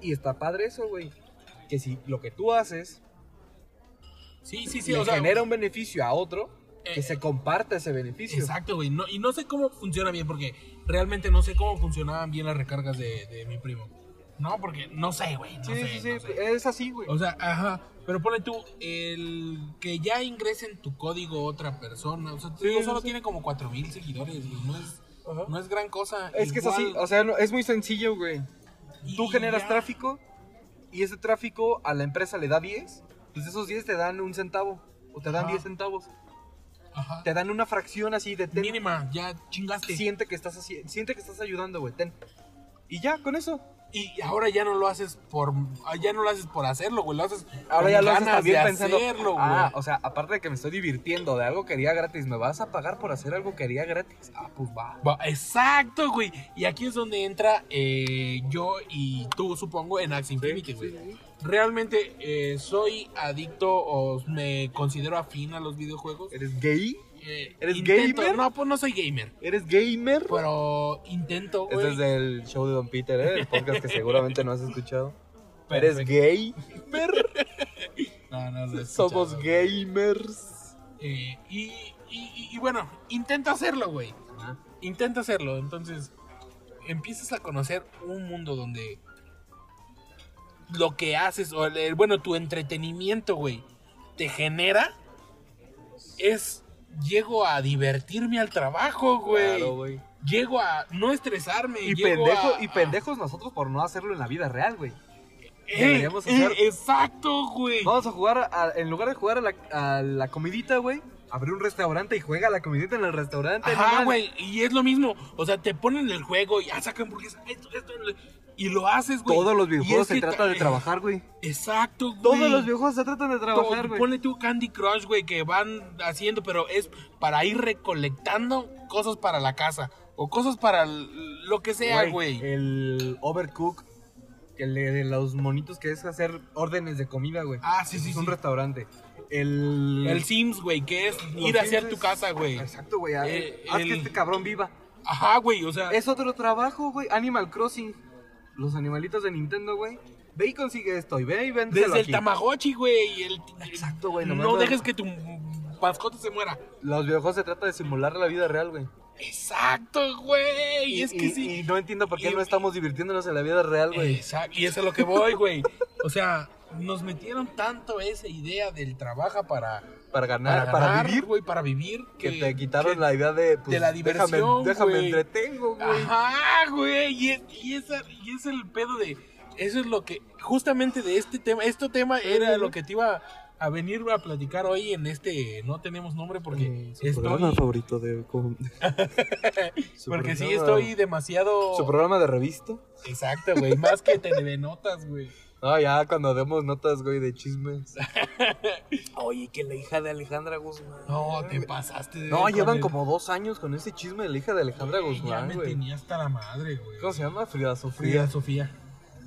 y está padre eso, güey. Que si lo que tú haces
sí, sí, sí.
le
o sea,
genera un beneficio a otro, que
eh,
se comparta ese beneficio.
Exacto, güey. No, y no sé cómo funciona bien, porque realmente no sé cómo funcionaban bien las recargas de, de mi primo. No, porque no sé, güey. No
Sí,
sé,
sí,
no
sí, eh.
sé.
es así, güey.
O sea, ajá. Pero ponle tú, el que ya ingrese en tu código otra persona. O sea,
Sí,
tú
sí,
solo
sí.
tiene como 4000 seguidores, güey. No es, no es gran cosa.
Es que es así,
Igual-
o sea, no- es muy sencillo, güey.
y-
Tú
y
generas
ya.
tráfico y ese tráfico a la empresa le da 10, pues esos 10 te dan un centavo o te dan
Ajá.
10 centavos.
Ajá.
Te dan una fracción así de ten.
Mínima, ya chingaste.
Siente que estás así, siente que estás ayudando, güey, ten. Y ya con eso.
Y ahora ya no lo haces por ah, ya no lo haces por hacerlo, güey, lo haces
Ahora
con
ya lo haces
ganas
también
de
pensando,
hacerlo,
ah,
güey.
o sea, aparte de que me estoy divirtiendo de algo que haría gratis, ¿me vas a pagar por hacer algo que haría gratis? Ah, pues va.
Va- Exacto, güey. Y aquí es donde entra eh, yo y tú, supongo, en Axe Infinity, güey. Realmente eh, soy adicto o me considero afín a los videojuegos.
¿Eres gay?
Eh,
¿Eres
intento-
gamer?
No, pues no soy gamer.
¿Eres gamer?
Pues Pero intento,
Este
güey.
es del show de Don Peter, ¿eh? El podcast que seguramente no has escuchado.
¿Eres gay?
No,
<laughs>
no, no,
Somos
escuchaba.
gamers.
Eh, y, y- y- y bueno, intenta hacerlo, güey. Intenta hacerlo. Entonces, empiezas a conocer un mundo donde lo que haces, o el- bueno, tu entretenimiento, güey, te genera. Es. Llego a divertirme al trabajo, güey.
Claro, güey.
llego a no estresarme.
Y,
llego
pendejo-
a-
y pendejos nosotros por no hacerlo en la vida real, güey.
Eh,
deberíamos
eh,
hacer-
exacto, güey.
Vamos a jugar, a- en lugar de jugar a la, a la comidita, güey, abrir un restaurante y juega a la comidita en el restaurante. no
Ajá,
mames.
güey. Y es lo mismo. O sea, te ponen el juego y ah, saca hamburguesa, esto, esto. lo- Y lo haces, güey.
Todos los
Y
videojuegos
es que
se trata de
ta-
trabajar, güey.
Exacto, güey.
Todos los videojuegos se tratan de
To-
trabajar, güey.
Ponle tú Candy Crush, güey, que van haciendo, pero es para ir recolectando cosas para la casa. O cosas para l- lo que sea, güey.
eh, El Overcook, que le de los monitos que es hacer órdenes de comida, güey.
ah, sí, sí,
es
sí.
un restaurante. El.
El Sims, güey, que es
los
ir a hacer
Sims
tu
es-
casa, güey.
Exacto, güey. a-
Eh,
haz que
el-
este cabrón viva.
Ajá, güey, o sea.
Es otro trabajo, güey. Animal Crossing. Los animalitos de Nintendo, güey. Ve y consigue esto. Y ve y véndeselo
Desde el
aquí.
Tamagotchi, güey. el-
Exacto, güey, nomás
No
lo-
dejes que tu mascota se muera.
Los videojuegos se trata de simular la vida real, güey.
Exacto, güey. Y es que
y-
sí.
y no entiendo por qué
Y- Eh,
no estamos divirtiéndonos en la vida real, güey.
Exacto, y eso es lo que voy, güey. O sea, nos metieron tanto esa idea del trabaja para,
Para ganar,
para,
para,
ganar,
vivir.
güey, para vivir.
Que te quitaron
que-
la idea de, pues,
de la diversión,
déjame, déjame
güey.
entretengo, güey.
Ajá, güey. Y, es- y esa- y es el pedo de. Eso es lo que. Justamente de este tema. Este tema era lo que te iba a venir a platicar hoy en este. No tenemos nombre porque.
Eh,
Su
estoy-
programa favorito de.
<laughs>
con- Su
Porque sí
programa-
estoy demasiado.
Su programa de revista.
Exacto, güey. Más que TV notas, güey.
No, ya cuando demos notas, güey, de chismes.
<laughs> Oye, que la
Hija de Alejandra Guzmán.
No, te pasaste. de-
No,
con
llevan
el-
como dos años con ese chisme de la hija de Alejandra
Ya
Guzmán,
me
güey.
tenía hasta la madre, güey.
¿Cómo se llama? Frida
Frida
Sofía.
Sofía.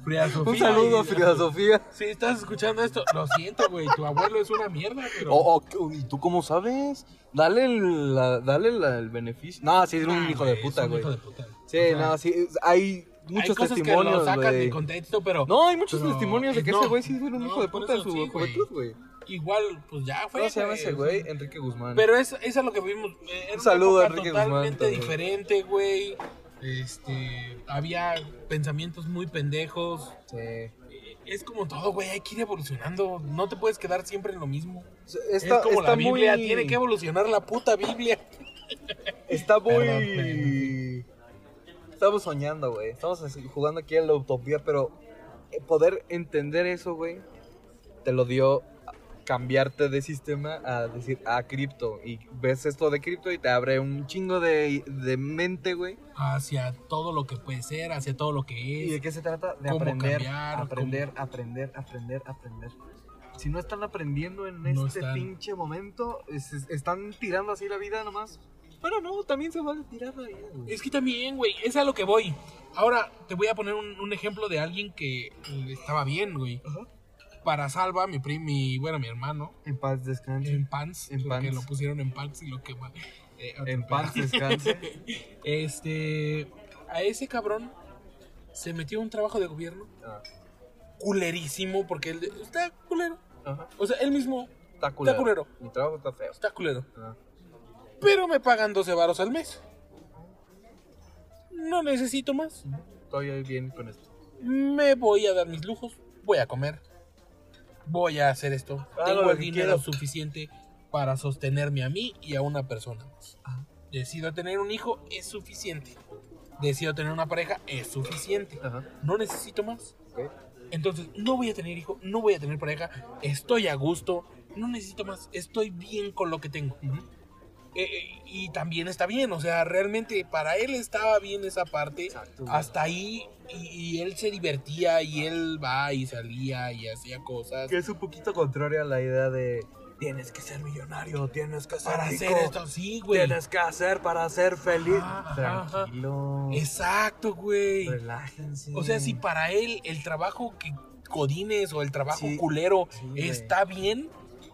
Frida Sofía.
Un saludo a
eh,
Frida Sofía.
Si estás escuchando esto, lo siento, güey. Tu abuelo es una mierda, pero.
Oh, oh, ¿Y tú cómo sabes? Dale el, la- dale la- el beneficio. No, sí, es un
Ah,
hijo de
güey, es
puta,
un
güey.
hijo de puta.
Sí, no, sí, es- hay
Hay
muchos
cosas que lo
testimonios,
sacan de
güey.
contexto, pero.
No, hay muchos
pero,
testimonios de que
eh,
ese
no,
güey sí era un
no,
hijo de
por
puta en
eso
su
sí, güey.
juventud, güey.
Igual, pues ya fue.
¿Cómo se llama ese
o
güey?
sea,
Enrique Guzmán.
Pero es, es a lo que vimos. eh, Era
Un saludo
una
a
época
Enrique Guzmán
totalmente
también.
diferente, güey. Este, había pensamientos muy pendejos.
Sí.
Es como todo, güey, hay que ir evolucionando. No te puedes quedar siempre en lo mismo.
Está,
es como
está
la Biblia,
muy-
tiene que evolucionar la puta Biblia.
Está muy. Estamos soñando, güey. Estamos así, jugando aquí a la utopía, pero eh, poder entender eso, güey, te lo dio cambiarte de sistema a decir a cripto. Y ves esto de cripto y te abre un chingo de, de mente, güey.
Hacia todo lo que puede ser, hacia todo lo
¿Y
que
de
es.
qué se trata? De
cómo
aprender,
cambiar,
aprender, aprender, aprender, aprender. Si no están aprendiendo en
No
este
están.
pinche momento, es- es- están tirando así la vida nomás. Pero no, también se vale tirar la vida, güey.
Es que también, güey, es a lo que voy. Ahora te voy a poner un, un ejemplo de alguien que eh, estaba bien, güey.
Ajá.
Para Salva, mi primo, mi, bueno, mi hermano,
En paz descanse.
en Pants,
En
porque
Pants.
lo pusieron en Pants y lo quemaron. Eh, otro
En
pedo.
paz descanse.
<laughs> Este, a ese cabrón se metió un trabajo de gobierno
Ah.
culerísimo porque él de- está culero.
Ajá.
O sea, él mismo
Está
está culero.
Mi trabajo está feo.
Está culero.
Ah.
Pero me pagan 12 varos al mes. No necesito más.
Estoy ahí bien con esto.
Me voy a dar mis lujos. Voy a comer. Voy a hacer esto.
Hago
Tengo
lo
el
que
dinero
quiero.
suficiente para sostenerme a mí y a una persona más. Decido tener un hijo, es suficiente. Decido tener una pareja, es suficiente.
Ajá.
No necesito más.
Ok.
Entonces, no voy a tener hijo, no voy a tener pareja, estoy a gusto, no necesito más, estoy bien con lo que tengo. Eh, eh, y también está bien, o sea, realmente para él estaba bien esa parte.
Exacto, güey.
Hasta ahí, y, y él se divertía, y él va y salía y hacía cosas.
Que es un poquito contrario a la idea de tienes que ser millonario, tienes que ser
Para
rico,
hacer esto, sí, güey.
tienes que hacer para ser feliz.
Ajá, ajá.
Tranquilo.
Exacto, güey.
Relájense.
O sea, si para él el trabajo que codines o el trabajo
Sí,
culero
sí, güey.
está bien,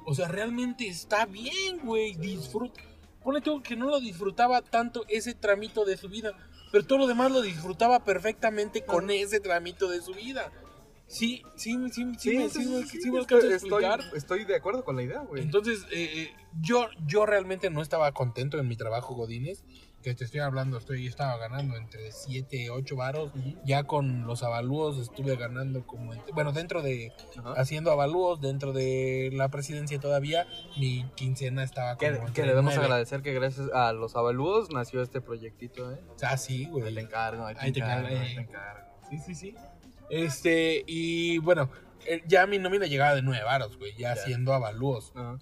o sea, realmente está bien, güey. Disfruta. Pone tú que no lo disfrutaba tanto ese tramito de su vida, pero todo lo demás lo disfrutaba perfectamente con ese tramito de su vida. Sí, sí, sí, sí,
Sí,
me-
sí,
sí me-
sí,
sí
sí,
me
estoy,
alcanzo a
estoy-
explicar.
estoy de acuerdo con la idea, güey.
Entonces, eh, eh, yo, yo realmente no estaba contento en mi trabajo, Godínez. Que te estoy hablando, estoy, yo estaba ganando entre 7, 8 varos. Ya con los avalúos estuve ganando como. en- bueno, dentro de.
Ajá.
Haciendo avalúos, dentro de la presidencia todavía, mi quincena estaba
Que,
como.
que
entre
debemos
nueve.
agradecer que gracias a los avalúos nació este proyectito, ¿eh?
Ah, sí, güey.
Ahí te encargo, ahí te,
Ahí te
encargo,
encargo,
ahí
eh.
te encargo.
Sí, sí, sí. Este, y bueno, eh, ya mi nómina llegaba de 9 varos, güey.
Ya.
Ya haciendo avalúos.
Ajá.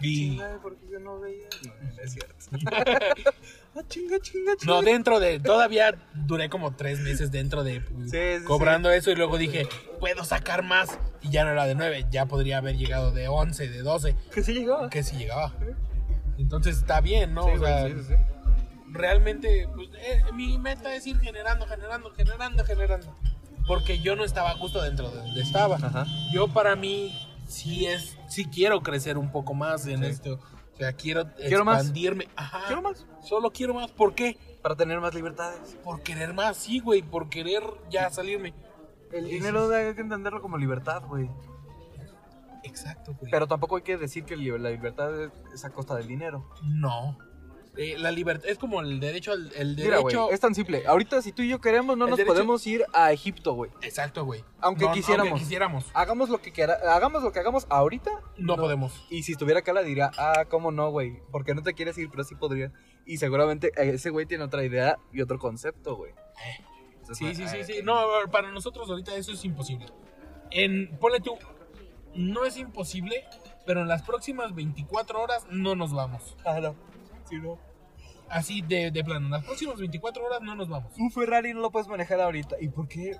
Y.
Chinga, ¿por qué yo no veía? No, no es cierto.
<laughs>
ah, chinga, chinga, chinga.
No, dentro de. Todavía duré como tres meses dentro de. pues,
Sí, sí,
cobrando eso y luego dije, puedo sacar más. Y ya no era de 9, ya podría haber llegado de 11, de 12,
Que sí llegaba.
que si llegaba. Entonces está bien, ¿no?
Sí,
o
güey,
sea,
sí, sí, sí.
realmente pues, eh, mi meta es ir generando, generando, generando, generando. Porque yo no estaba a gusto dentro de donde estaba.
Ajá.
Yo para mí sí es, sí quiero crecer un poco más en esto. O sea, quiero,
Quiero más.
expandirme. Ajá.
Quiero más.
Solo quiero más. ¿Por qué?
Para tener más libertades.
Por querer más, sí, güey, por querer ya salirme.
El dinero de- hay que entenderlo como libertad, güey.
Exacto, güey.
Pero tampoco hay que decir que li- la libertad es- es a costa del dinero.
no. Eh, la libertad es como el derecho al el
Mira, güey,
derecho.
es tan simple. Ahorita, si tú y yo queremos, no
El
nos
derecho-
podemos ir a Egipto, güey.
Exacto, güey.
Aunque
No,
quisiéramos.
aunque quisiéramos,
Hagamos lo que quiera, hagamos lo que hagamos ahorita.
no, podemos.
Y si estuviera acá la diría, ah, cómo no, güey, porque no te quieres ir, pero sí podría. Y seguramente eh, ese güey tiene otra idea y otro concepto, güey. Entonces,
Sí, sí,
eh,
sí, sí. No, a ver, para nosotros ahorita eso es imposible. En ponle tú no es imposible, pero en las próximas 24 horas no nos vamos.
ah, no. Sí, no.
Así de, de plano, en las próximas 24 horas no nos vamos.
Un Ferrari no lo puedes manejar ahorita. ¿Y por qué?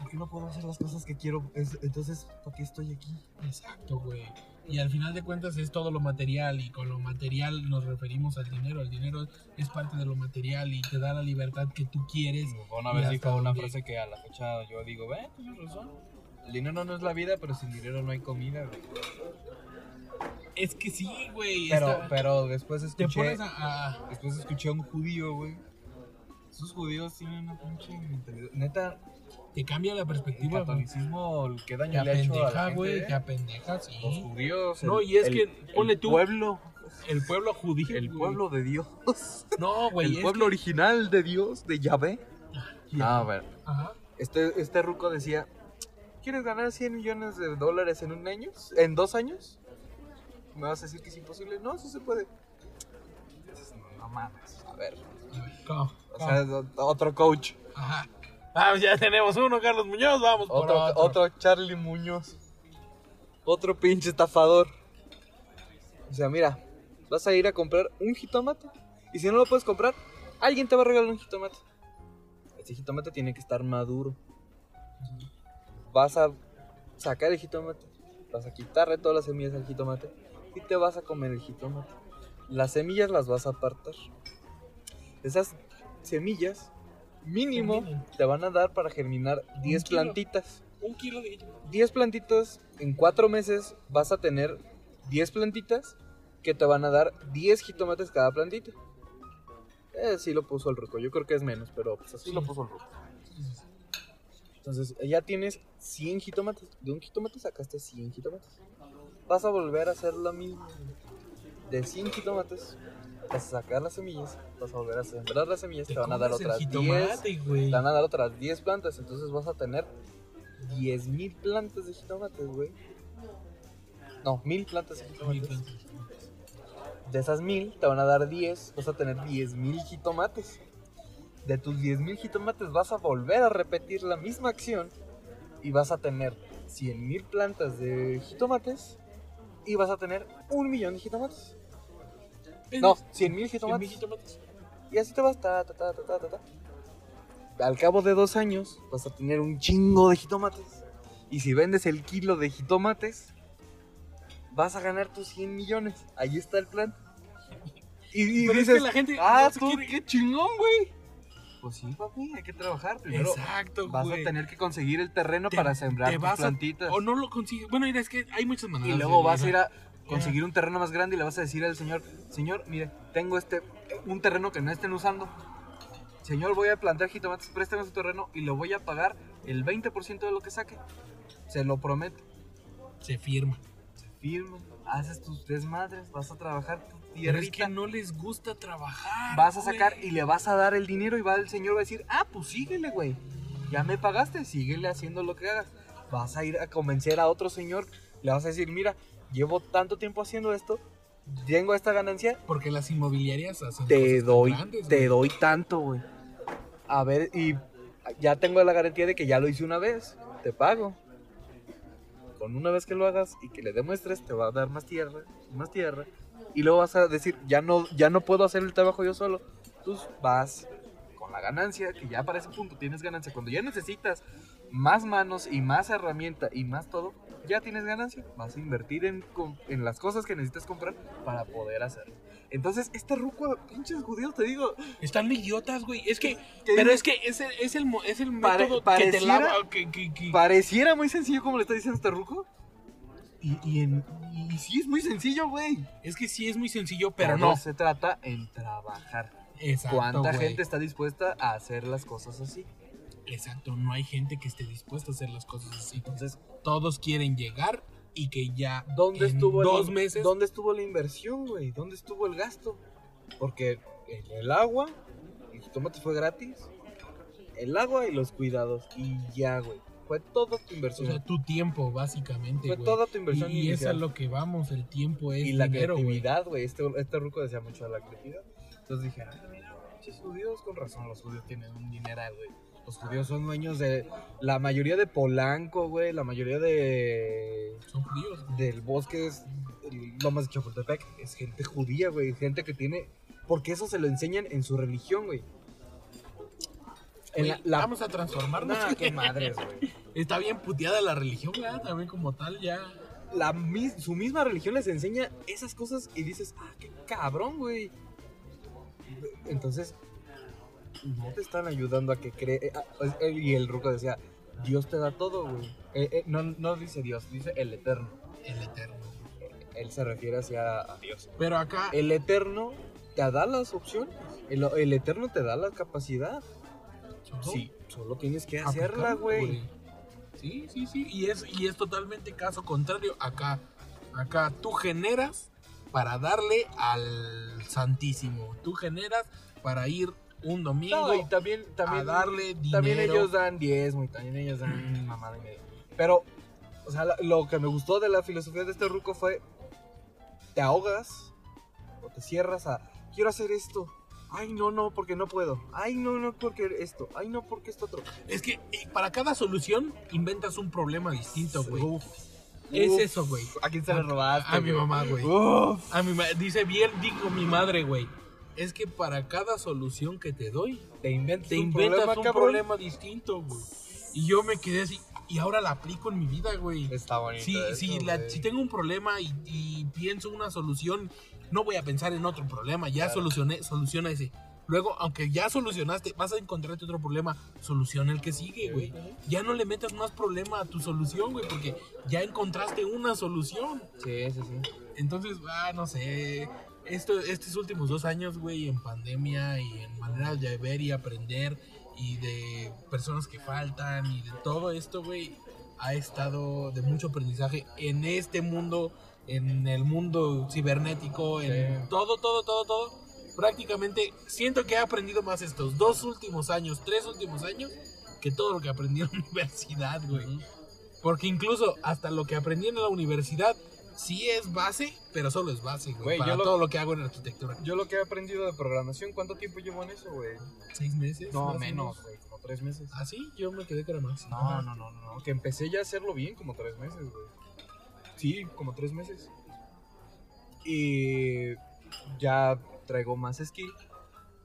¿Por qué no puedo hacer las cosas que quiero? Es- entonces, ¿por qué estoy aquí?
Exacto, güey. Y al final de cuentas es todo lo material y con lo material nos referimos al dinero. El dinero es parte de lo material y te da la libertad que tú quieres.
Una
vez dijo una frase
que a la fecha yo digo, ve, tienes razón. El dinero no es la vida, pero sin dinero no hay comida, güey.
Es que sí, güey.
Pero,
está-
pero después
te
escuché,
pones a... a-
después escuché a un judío, güey. Esos judíos tienen una pinche mentalidad. Neta,
te cambia la
el
perspectiva. güey.
catolicismo, el qué
Te
daño le ha hecho a la
apendeja,
gente,
güey.
eh.
Te apendeja, sí.
Los judíos.
No,
el-
y es
el-
que, ponle
el
tú-
pueblo,
El pueblo judío.
el
güey.
pueblo de Dios.
No, güey.
el
es
pueblo original de Dios, de Yahvé.
que-
Ah, a ver.
Ajá.
Este, este ruco decía, ¿quieres ganar 100 millones de dólares en un año? ¿En dos años? ¿Me vas a decir que es imposible? No, sí se puede. Dices, No mames, a ver.
¿Cómo?
O sea, o- otro coach,
Ajá. Vamos, ya tenemos uno, Carlos Muñoz. Vamos por
otro,
otro.
otro Charlie Muñoz, otro pinche estafador. O sea, mira, vas a ir a comprar un jitomate y si no lo puedes comprar, alguien te va a regalar un jitomate. Ese jitomate tiene que estar maduro. Vas a sacar el jitomate, vas a quitarle todas las semillas al jitomate y te vas a comer el jitomate. Las semillas las vas a apartar. Esas semillas mínimo
Germinan.
te van a dar para germinar 10
kilo.
plantitas.
Un kilo de...
10 plantitas, en 4 meses vas a tener 10 plantitas que te van a dar 10 jitomates cada plantita. Eh, sí lo puso el ruco, yo creo que es menos, pero pues así
Sí.
lo puso el ruco. Entonces ya tienes 100 jitomates, de un jitomate sacaste 100 jitomates. Vas a volver a hacer lo mismo. De 100 jitomates vas a sacar las semillas, vas a volver a sembrar las semillas, te, van a dar
comes el
otras 10
jitomate, güey.
te van a dar otras 10 plantas, entonces vas a tener 10.000 plantas de jitomates, güey. No, 1.000 plantas de jitomates. De esas 1.000 te van a dar 10, vas a tener 10.000 jitomates. De tus 10.000 jitomates vas a volver a repetir la misma acción y vas a tener 100.000 plantas de jitomates y vas a tener un millón de jitomates. No, 100.000
100 mil
jitomates.
jitomates.
Y así te vas, ta, ta, ta, ta, ta, ta, ta. Al cabo de dos años vas a tener un chingo de jitomates. Y si vendes el kilo de jitomates, vas a ganar tus 100 millones. Ahí está el plan. Y, y
Pero es
dices,
que la gente
ah,
no se
tú,
quiere-
qué chingón, güey. Pues sí, papi, hay que trabajar primero.
Exacto,
Vas
güey.
a tener que conseguir el terreno
Te-
para sembrar
te
tus
vas a-
plantitas.
O no lo consigues. Bueno, mira, es que hay muchas
Y
maneras.
luego
de-
vas a ir a conseguir un terreno más grande y le vas a decir al señor, señor, mire, tengo este, un terreno que no estén usando. señor, voy a plantar jitomates, préstame su terreno y le voy a pagar el 20% de lo que saque. Se lo prometo.
Se firma.
Firma, haces tus desmadres, vas a trabajar tu
Pero es
tierrita,
que no les gusta trabajar.
vas a sacar
güey.
y le vas a dar el dinero y va el señor va a decir, ah, pues síguele, güey. Ya me pagaste, síguele haciendo lo que hagas. Vas a ir a convencer a otro señor, le vas a decir, mira, llevo tanto tiempo haciendo esto, tengo esta ganancia,
Porque las inmobiliarias hacen cosas
te
tan
doy,
grandes,
te
güey.
doy tanto, güey. A ver, y ya tengo la garantía de que ya lo hice una vez, te pago. Con una vez que lo hagas y que le demuestres, te va a dar más tierra, más tierra. Y luego vas a decir, ya no, ya no puedo hacer el trabajo yo solo. Tú vas con la ganancia, que ya para ese punto tienes ganancia. Cuando ya necesitas más manos y más herramienta y más todo, ya tienes ganancia. Vas a invertir en, com- en las cosas que necesitas comprar para poder hacerlo. Entonces, este ruco, pinches judíos, te digo,
Están idiotas, güey. Es que, pero es que es el, es el, mo- es el
Pare-
método que te
pareciera-
lava. Que, que- que-
pareciera muy sencillo como le está diciendo este ruco. Y, y, en- y sí, es muy sencillo, güey.
es que sí es muy sencillo, pero
Todo
no.
Se trata en trabajar.
Exacto,
¿Cuánta
güey.
gente está dispuesta a hacer las cosas así?
Exacto, no hay gente que esté dispuesta a hacer las cosas así.
Entonces,
Todos quieren llegar y que ya
¿dónde
en
estuvo el-
dos meses
¿Dónde estuvo la inversión, güey? ¿Dónde estuvo el gasto? Porque en el agua, el tomate fue gratis. El agua y los cuidados. Y ya, güey. Fue toda tu
O
inversión.
sea, tu tiempo, básicamente.
fue
güey.
toda tu
Y,
inversión
y eso
inicial.
es lo que vamos, el tiempo es
y la
dinero, güey.
creatividad, güey. Este, este ruco decía mucho de la creatividad. Entonces dije, ah, mira, pinches judíos, con razón, los judíos tienen un dineral, güey. Los judíos son dueños de la mayoría de Polanco, güey, la mayoría de
Son judíos.
del bosque es el Lomas de Chapultepec, es gente judía, güey, gente que tiene porque eso se lo enseñan en su religión, güey. En la,
Güey,
la-
Vamos
<laughs>
a transformarnos.
Nah, qué madres, güey.
Está bien puteada la religión, ¿verdad? También como tal, ya.
La mis- su misma religión les enseña esas cosas y dices, ah, qué cabrón, güey. Entonces, no te están ayudando a que cree. eh, a- a- él- Y el ruco decía, Dios te da todo, güey. Eh, eh, no, no dice Dios, dice el eterno.
El eterno.
Él se refiere hacia a Dios.
Pero acá,
El eterno te da las opciones. El, el eterno te da la capacidad.
solo
Sí, solo tienes que
aplicarlo,
hacerla, güey.
Sí, sí, sí. Y es, y es totalmente caso contrario. Acá, acá tú generas para darle al Santísimo. Tú generas para ir un domingo
No, y también, también,
a darle dinero.
también ellos dan diezmo y también ellos dan mamada y media. Pero, o sea, la- lo que me gustó de la filosofía de este ruco fue: te ahogas o te cierras a quiero hacer esto. Ay, no, no, porque no puedo. Ay, no, no, porque esto. Ay, no, porque esto otro.
Es que eh, para cada solución inventas un problema distinto, güey.
Uf,
Es
uf.
eso, güey.
¿A quién se le robaste?
A mi
güey?
mamá, güey.
Uf.
A mi ma- dice bien, dijo mi madre, güey. Es que para cada solución que te doy,
Te inventas,
te
Pues, un
inventas
problema,
un
cabrón.
problema distinto, güey. Y yo me quedé así, y ahora la aplico en mi vida, güey.
Está bonito.
Si,
eso,
si, la-
güey.
si tengo un problema y, y pienso una solución, no voy a pensar en otro problema. Ya solucioné, soluciona ese. Luego, aunque ya solucionaste, vas a encontrarte otro problema. Soluciona el que sigue, güey. Ya no le metas más problema a tu solución, güey, porque ya encontraste una solución.
Sí, sí, sí.
Entonces, ah, no sé. Esto, estos últimos dos años, güey, en pandemia y en maneras de ver y aprender y de personas que faltan y de todo esto, güey, ha estado de mucho aprendizaje en este mundo, en el mundo cibernético, en todo, todo, todo, todo. Prácticamente siento que he aprendido más estos dos últimos años, tres últimos años, que todo lo que aprendí en la <laughs> universidad, güey. Porque incluso hasta lo que aprendí en la universidad sí es base, pero solo es base,
Güey,
güey.
yo
Para
lo-
todo lo que hago en arquitectura.
Yo lo que he aprendido de programación, ¿cuánto tiempo llevo en eso, güey?
¿Seis meses?
No,
más o
menos, güey, como tres meses.
¿Ah, sí? Yo me quedé que era más.
No,
Ajá.
no, no, no, no, que empecé ya a hacerlo bien como tres meses, güey. Sí, como tres meses. Y ya traigo más skill.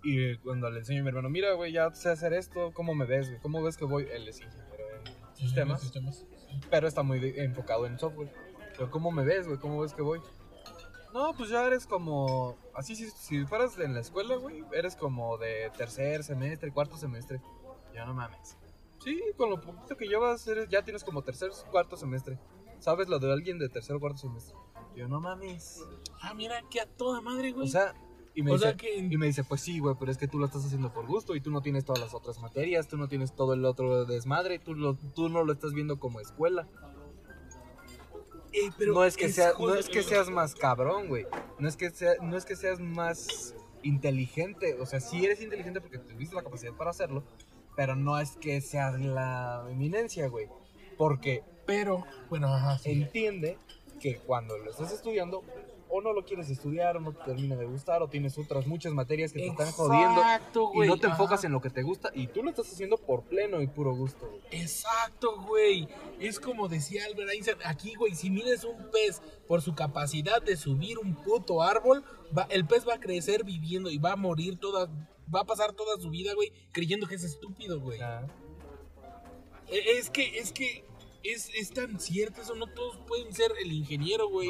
Y cuando le enseño a mi hermano, mira, güey, ya sé hacer esto, ¿cómo me ves, güey? ¿Cómo ves que voy? Él es ingeniero en
Sí, pues,
sistemas,
sistemas.
pero está muy de- enfocado en software. Pero ¿cómo me ves, güey? ¿Cómo ves que voy? No, pues ya eres como... Así, si, si fueras en la escuela, güey, eres como de tercer semestre, cuarto semestre. Ya no mames. Sí, con lo poquito que llevas, eres- ya tienes como tercer, cuarto semestre. ¿Sabes lo de alguien de tercer o cuarto semestre? Yo no mames.
Ah, mira, que a toda madre, güey.
O sea, Y me,
O
dice,
sea que-
y me dice, pues sí, güey, pero es que tú lo estás haciendo por gusto y tú no tienes todas las otras materias, tú no tienes todo el otro desmadre, tú, lo, tú no lo estás viendo como escuela.
Eh,
no, es que sea, no es que seas más cabrón, güey. No, es que sea- no es que seas más inteligente. O sea, sí eres inteligente porque tuviste la capacidad para hacerlo, pero no es que seas la eminencia, güey. Porque
Pero, bueno, ajá, sí.
entiende que cuando lo estás estudiando o no lo quieres estudiar o no te termina de gustar o tienes otras muchas materias que te están jodiendo
Exacto,
y
güey.
no te
ajá.
enfocas en lo que te gusta y tú lo estás haciendo por pleno y puro gusto. güey.
Exacto, güey. Es como decía Albert Einstein, aquí, güey, si mides un pez por su capacidad de subir un puto árbol, va- el pez va a crecer viviendo y va a morir toda, va a pasar toda su vida, güey, creyendo que es estúpido, güey. E- Es que, es que, es, es tan cierto eso, no todos pueden ser el ingeniero, güey.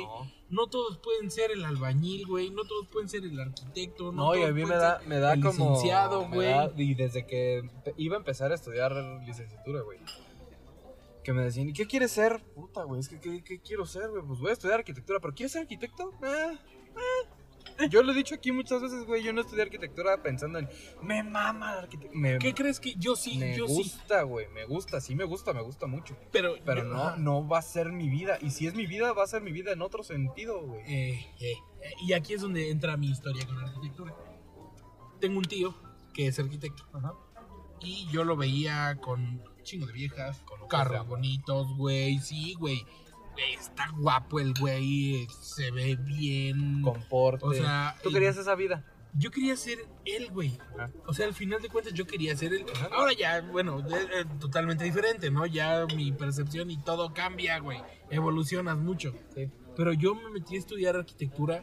No. todos pueden ser el albañil, güey. No todos pueden ser el arquitecto. No,
No, y a
todos
mí me
pueden
da,
ser
me da
el
como.
licenciado,
me
güey.
da- Y desde que empe- iba a empezar a estudiar licenciatura, güey. Que me decían, ¿y qué quieres ser? Puta, güey, es que ¿qué, qué quiero ser, güey? Pues voy a estudiar arquitectura, pero ¿quieres ser arquitecto? Ah, ah. Yo lo he dicho aquí muchas veces, güey. Yo no estudié arquitectura pensando en, me mama la arquitectura.
¿Qué crees que yo sí,
Me
yo sí?
gusta, güey, me gusta, sí me gusta, me gusta mucho.
Pero,
Pero
yo-
no, no va a ser mi vida. Y si es mi vida, va a ser mi vida en otro sentido, güey.
Eh, eh, eh, y aquí es donde entra mi historia con la arquitectura. Tengo un tío que es arquitecto. Y yo lo veía con chingo de viejas, con carros bonitos, güey. Sí, güey. Güey, Está guapo el güey, eh, se ve bien.
Comporte.
O sea,
Tú
y-
querías esa vida.
Yo quería ser él, güey.
Ah.
O sea, al final de cuentas yo quería ser él. Ahora ya, bueno, de- eh, totalmente diferente, ¿no? Ya mi percepción y todo cambia, güey. Evolucionas mucho.
Sí.
Pero yo me metí a estudiar arquitectura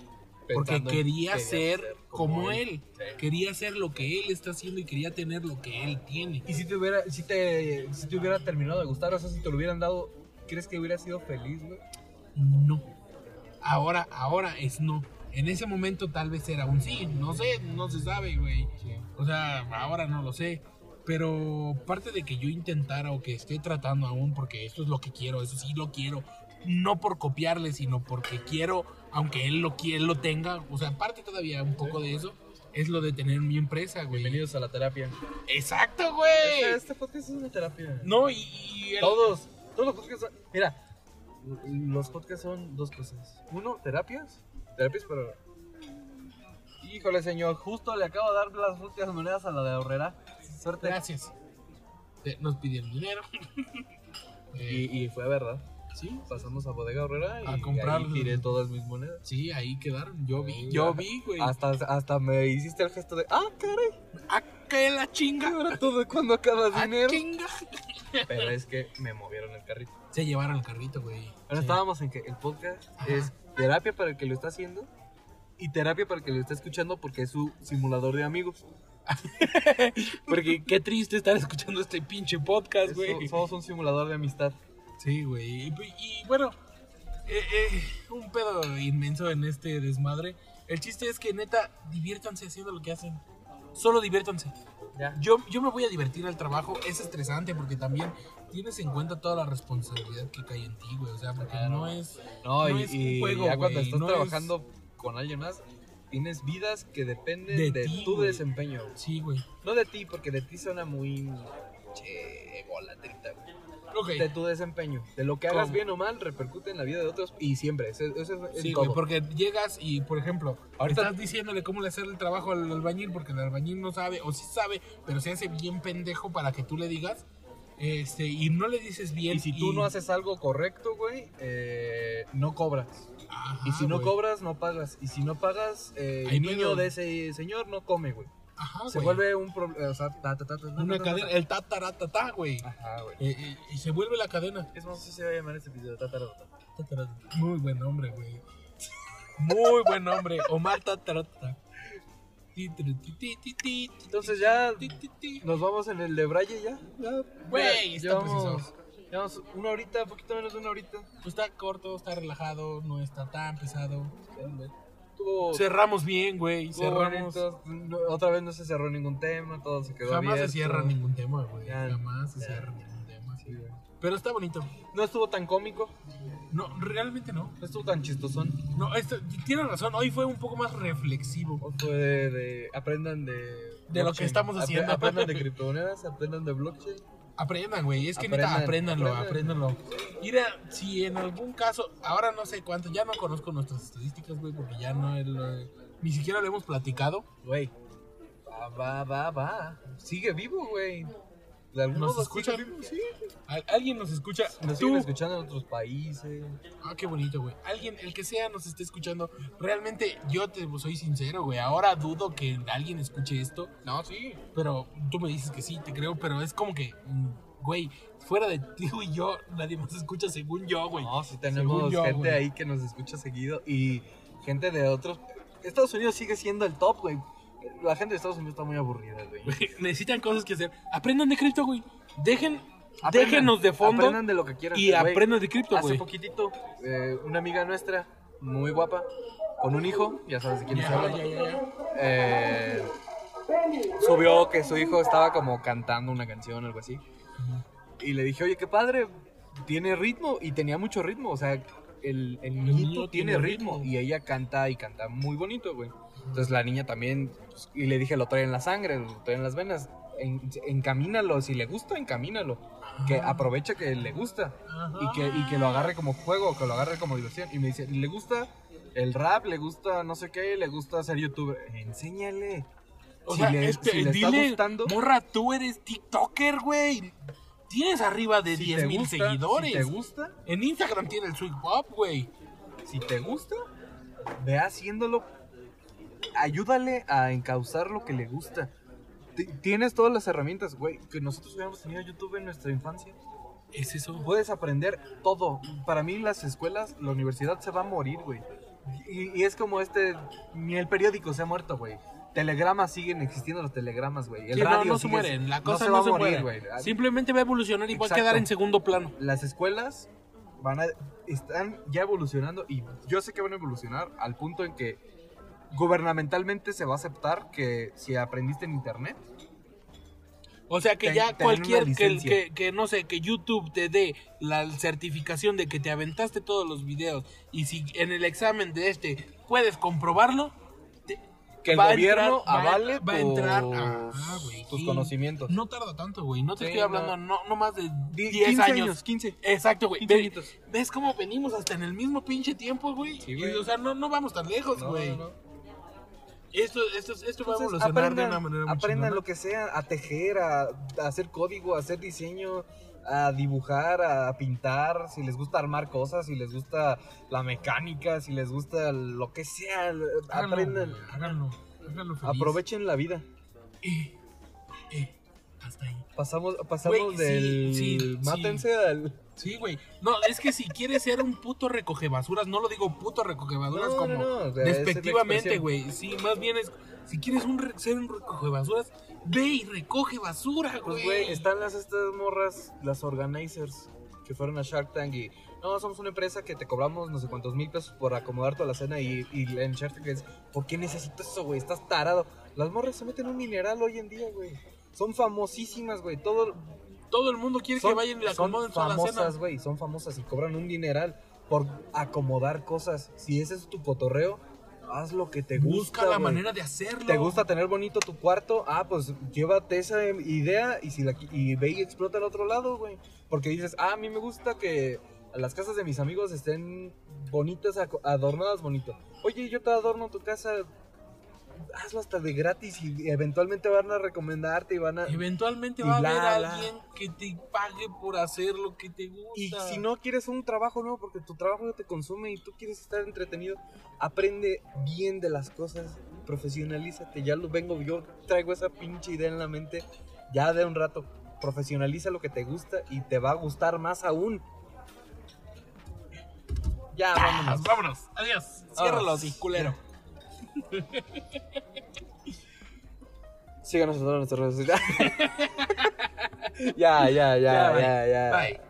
porque
Pensando en-
quería,
quería
ser,
ser
como,
como
él. Quería hacer lo que él está haciendo y quería tener lo que él tiene.
Y si te hubiera, si te, si te hubiera terminado de gustar, o sea, si te lo hubieran dado, ¿crees que hubiera sido feliz, güey?
No. Ahora, ahora es no. En ese momento tal vez era un sí, no sé, no se sabe, güey. O sea, ahora no lo sé. Pero parte de que yo intentara o que esté tratando aún, porque esto es lo que quiero, eso sí lo quiero, no por copiarle, sino porque quiero, aunque él lo quie- él lo tenga, o sea, parte todavía un poco de eso, es lo de tener mi empresa, güey.
Bienvenidos a la terapia.
Exacto, güey.
Este podcast es una terapia.
No, y, y el-
Todos, todos los podcasts son, mira, los podcasts son dos cosas. Uno, terapias, terapias pero... Híjole, señor, justo le acabo de dar las últimas monedas a la de ahorrera. Suerte.
gracias. Te- Nos pidieron dinero. <laughs> Eh,
Y, y fue verdad.
sí,
Pasamos a Bodega Horrera y
A comprar-
ahí tiré todas mis monedas.
Sí, ahí quedaron. Yo vi,
Ahí,
yo
ajá.
vi, güey.
Hasta, hasta me hiciste el gesto de, ah, caray,
¡Ah, qué la <laughs> chinga!
ahora todo cuando acabas
¡Ah,
dinero.
chinga!
Pero es que me movieron el carrito.
Se llevaron el carrito, güey.
Ahora
Sí.
estábamos en que el podcast es terapia para el que lo está haciendo y terapia para el que lo está escuchando porque es su simulador de amigos.
Porque qué triste estar escuchando este pinche podcast,
Es
güey.
so- somos un simulador de amistad.
Sí, güey. Y, y bueno, eh, eh, un pedo inmenso en este desmadre. El chiste es que, neta, diviértanse haciendo lo que hacen. Solo diviértanse.
Ya.
Yo, yo me voy a divertir al trabajo. Es estresante porque también tienes en cuenta toda la responsabilidad que cae en ti, güey. O sea, porque no es...
No,
No
y,
es un
y
juego,
ya cuando
güey,
estás
no es-
trabajando con alguien más, tienes vidas que dependen
De
de,
ti,
tu
güey.
desempeño. güey.
Sí, güey.
No de ti, porque de ti suena muy... Che, volatilita, güey.
Ok.
de tu desempeño. De lo que hagas
¿Cómo?
bien o mal repercute en la vida de otros y siempre. Eso, eso es en
Sí,
todo.
güey, porque llegas y, por ejemplo,
Ahorita-
estás diciéndole cómo le hacer el trabajo al albañil porque el albañil no sabe, o sí sabe, pero se hace bien pendejo para que tú le digas, este, y no le dices bien.
Y si tú no haces algo correcto, güey, eh, no cobras.
Ajá,
y si no
Ah, güey.
cobras, no pagas. Y si no pagas, eh,
Ahí
el
pedo.
niño de ese señor no come, güey.
Ajá,
Se
Ah, güey.
vuelve un problema. O sea, ta, ta, ta, ta, ta, ta,
una
ta, ta.
cadena, el tataratatá, güey.
Ajá, güey.
Eh, eh, y se vuelve la cadena.
Es más, así se va a llamar este video. ta, ta, ta, ta.
Tataratatá. Muy buen hombre, güey. Muy buen hombre. Omar tataratatá. Ti, tri, ti, ti, ti, ti, ti,
Entonces ya
ti, ti, ti.
nos vamos en el de Braille ya. Ya,
Güey,
ya,
está
llevamos,
preciso.
llevamos una horita, poquito menos de una horita.
Pues está corto, está relajado, no está tan pesado.
Estuvo-
Cerramos bien, güey.
Estuvo
Cerramos.
bonito, no- Otra vez no se cerró ningún tema, todo se quedó
Jamás se
abierto.
cierra ningún tema, güey.
Ya,
Jamás se
ya.
cierra ningún tema.
Sí, güey.
Pero está bonito.
No estuvo tan cómico,
No, realmente no.
no estuvo tan chistosón.
No, esto, tiene razón. Hoy fue un poco más reflexivo.
O fue de, de- aprendan de...
De lo
blockchain.
que estamos
Apre-
haciendo.
aprendan de criptomonedas, aprendan de blockchain.
Aprendan, güey. Es que neta,
Aprendan,
apréndanlo, apréndanlo. Mira, si en algún caso, ahora no sé cuánto, ya no conozco nuestras estadísticas, güey, porque ya no, el, ni siquiera lo hemos platicado.
Güey. Va, va, va, va. Sigue vivo, güey. De algún
¿Nos
modo
escuchan?
sigue vivo, sí.
Al- alguien nos escucha.
Nos
Tú.
siguen escuchando en otros países.
Ah, qué bonito, güey. Alguien, el que sea, nos esté escuchando. Realmente, yo te soy sincero, güey. Ahora dudo que alguien escuche esto. No, sí. Pero tú me dices que sí, te creo. Pero es como que, mm, güey, fuera de ti y yo, nadie más escucha según yo, güey.
No, sí tenemos
Según yo,
gente
güey.
ahí que nos escucha seguido y gente de otros. Estados Unidos sigue siendo el top, güey. La gente de Estados Unidos está muy aburrida, güey.
Güey, <laughs> Necesitan cosas que hacer. Aprendan de cripto, güey. Dejen,
Aprendan,
déjenos de fondo
Aprendan de lo que quieran.
y
güey.
aprendan de cripto,
Hace
güey.
poquitito, eh, una amiga nuestra, muy guapa, con un hijo, ya sabes de quién estoy hablando. eh, subió que su hijo estaba como cantando una canción o algo así. Y le dije, oye, qué padre, tiene ritmo. Y tenía mucho ritmo, o sea, el, el niño tiene, ritmo. Y ella canta y canta muy bonito, güey. Entonces la niña también, pues, y le dije, lo trae en la sangre, lo trae en las venas. En- encamínalo, si le gusta, encamínalo. Que aprovecha que le gusta y que, y que lo agarre como juego, que lo agarre como diversión. Y me dice, le gusta el rap, le gusta no sé qué, le gusta ser youtuber. Enséñale.
O
si
sea,
le,
este,
si le
dile,
está gustando,
morra, tú eres TikToker, güey. Tienes arriba de
si
10
te
mil
gusta,
seguidores.
Si te gusta,
En Instagram tiene el Sweet Pop, güey.
si te gusta, ve haciéndolo. Ayúdale a encauzar lo que le gusta. Ti- Tienes todas las herramientas, güey, que nosotros hubiéramos tenido YouTube en nuestra infancia.
Es eso.
Puedes aprender todo. Para mí las escuelas, la universidad se va a morir, güey. Y, y es como este, ni el periódico se ha muerto, güey. Telegramas siguen existiendo los telegramas, güey. El
Sí,
radio
no, no se
sigue-
mueren. La cosa
se
no,
va
se,
a morir,
muere.
güey.
Simplemente va a evolucionar y va a
Exacto.
quedar en segundo plano.
Las escuelas van a están ya evolucionando y yo sé que van a evolucionar al punto en que gubernamentalmente se va a aceptar que si aprendiste en internet
O sea que
Ten-
ya
tener
cualquier
una
que, el-
licencia.
que, que, no sé, que YouTube te dé la certificación de que te aventaste todos los videos y si en el examen de este puedes comprobarlo, te-
que el
va a
gobierno
entrar- va a-
avale
va a entrar
tus-
ah, güey,
tus
sí.
conocimientos.
No tarda tanto, güey. No te
Sí,
estoy hablando,
no.
no, no más de
Die-
10
15
años.
15.
Exacto, güey.
15
Ve-
añitos.
¿Ves cómo venimos hasta en el mismo pinche tiempo, güey?
Sí,
Y,
güey.
o sea, no, no vamos tan lejos,
No,
güey.
no, no.
Esto, esto, esto va a
Entonces,
evolucionar de una manera muy
aprendan
chingona.
lo que sea, a tejer, a, a hacer código, a hacer diseño, a dibujar, a pintar, si les gusta armar cosas, si les gusta la mecánica, si les gusta lo que sea,
Háganlo,
aprendan,
güey, Háganlo. Háganlo feliz.
aprovechen la vida.
Eh, eh, hasta ahí.
Pasamos, pasamos
Güey, sí,
del
sí,
mátense al
Sí, güey. No, es que si quieres ser un puto recoge basuras, no lo digo puto recoge basuras
No, no,
como
no, es la
despectivamente,
expresión.
güey. Sí, más bien es si quieres un re- ser un recoge basuras, ve y recoge basura,
Pues
güey.
güey, están las estas morras, las organizers que fueron a Shark Tank y no, somos una empresa que te cobramos no sé cuántos mil pesos por acomodarte a la cena y, y en Shark Tank es, ¿por qué necesitas eso, güey? Estás tarado. Las morras se meten un mineral hoy en día, güey. Son famosísimas, güey. Todo
Todo el mundo quiere
son,
que vayan y la
son
acomoden toda la cena.
famosas, güey. Son famosas y cobran un dineral por acomodar cosas. Si ese es tu cotorreo, haz lo que te gusta.
Busca la
güey.
manera de hacerlo.
¿Te gusta tener bonito tu cuarto? Ah, pues llévate esa em, idea y, si la, qui- y ve y explota al otro lado, güey. Porque dices, ah, a mí me gusta que las casas de mis amigos estén bonitas, aco- adornadas bonito. Oye, yo te adorno tu casa, hazlo hasta de gratis y eventualmente van a recomendarte y van a...
Eventualmente
Y
va
bla,
a haber
bla.
alguien que te pague por hacer lo que te gusta.
Y si no quieres un trabajo nuevo porque tu trabajo ya te consume y tú quieres estar entretenido, aprende bien de las cosas, profesionalízate. Ya lo vengo, yo traigo esa pinche idea en la mente ya de un rato. Profesionaliza lo que te gusta y te va a gustar más aún. Ya, vámonos.
Vámonos. Adiós. Ciérralo, sí, culero.
<laughs> Síganos en todas nuestras redes sociales. ya, ya, ya, ya, ya.
Bye.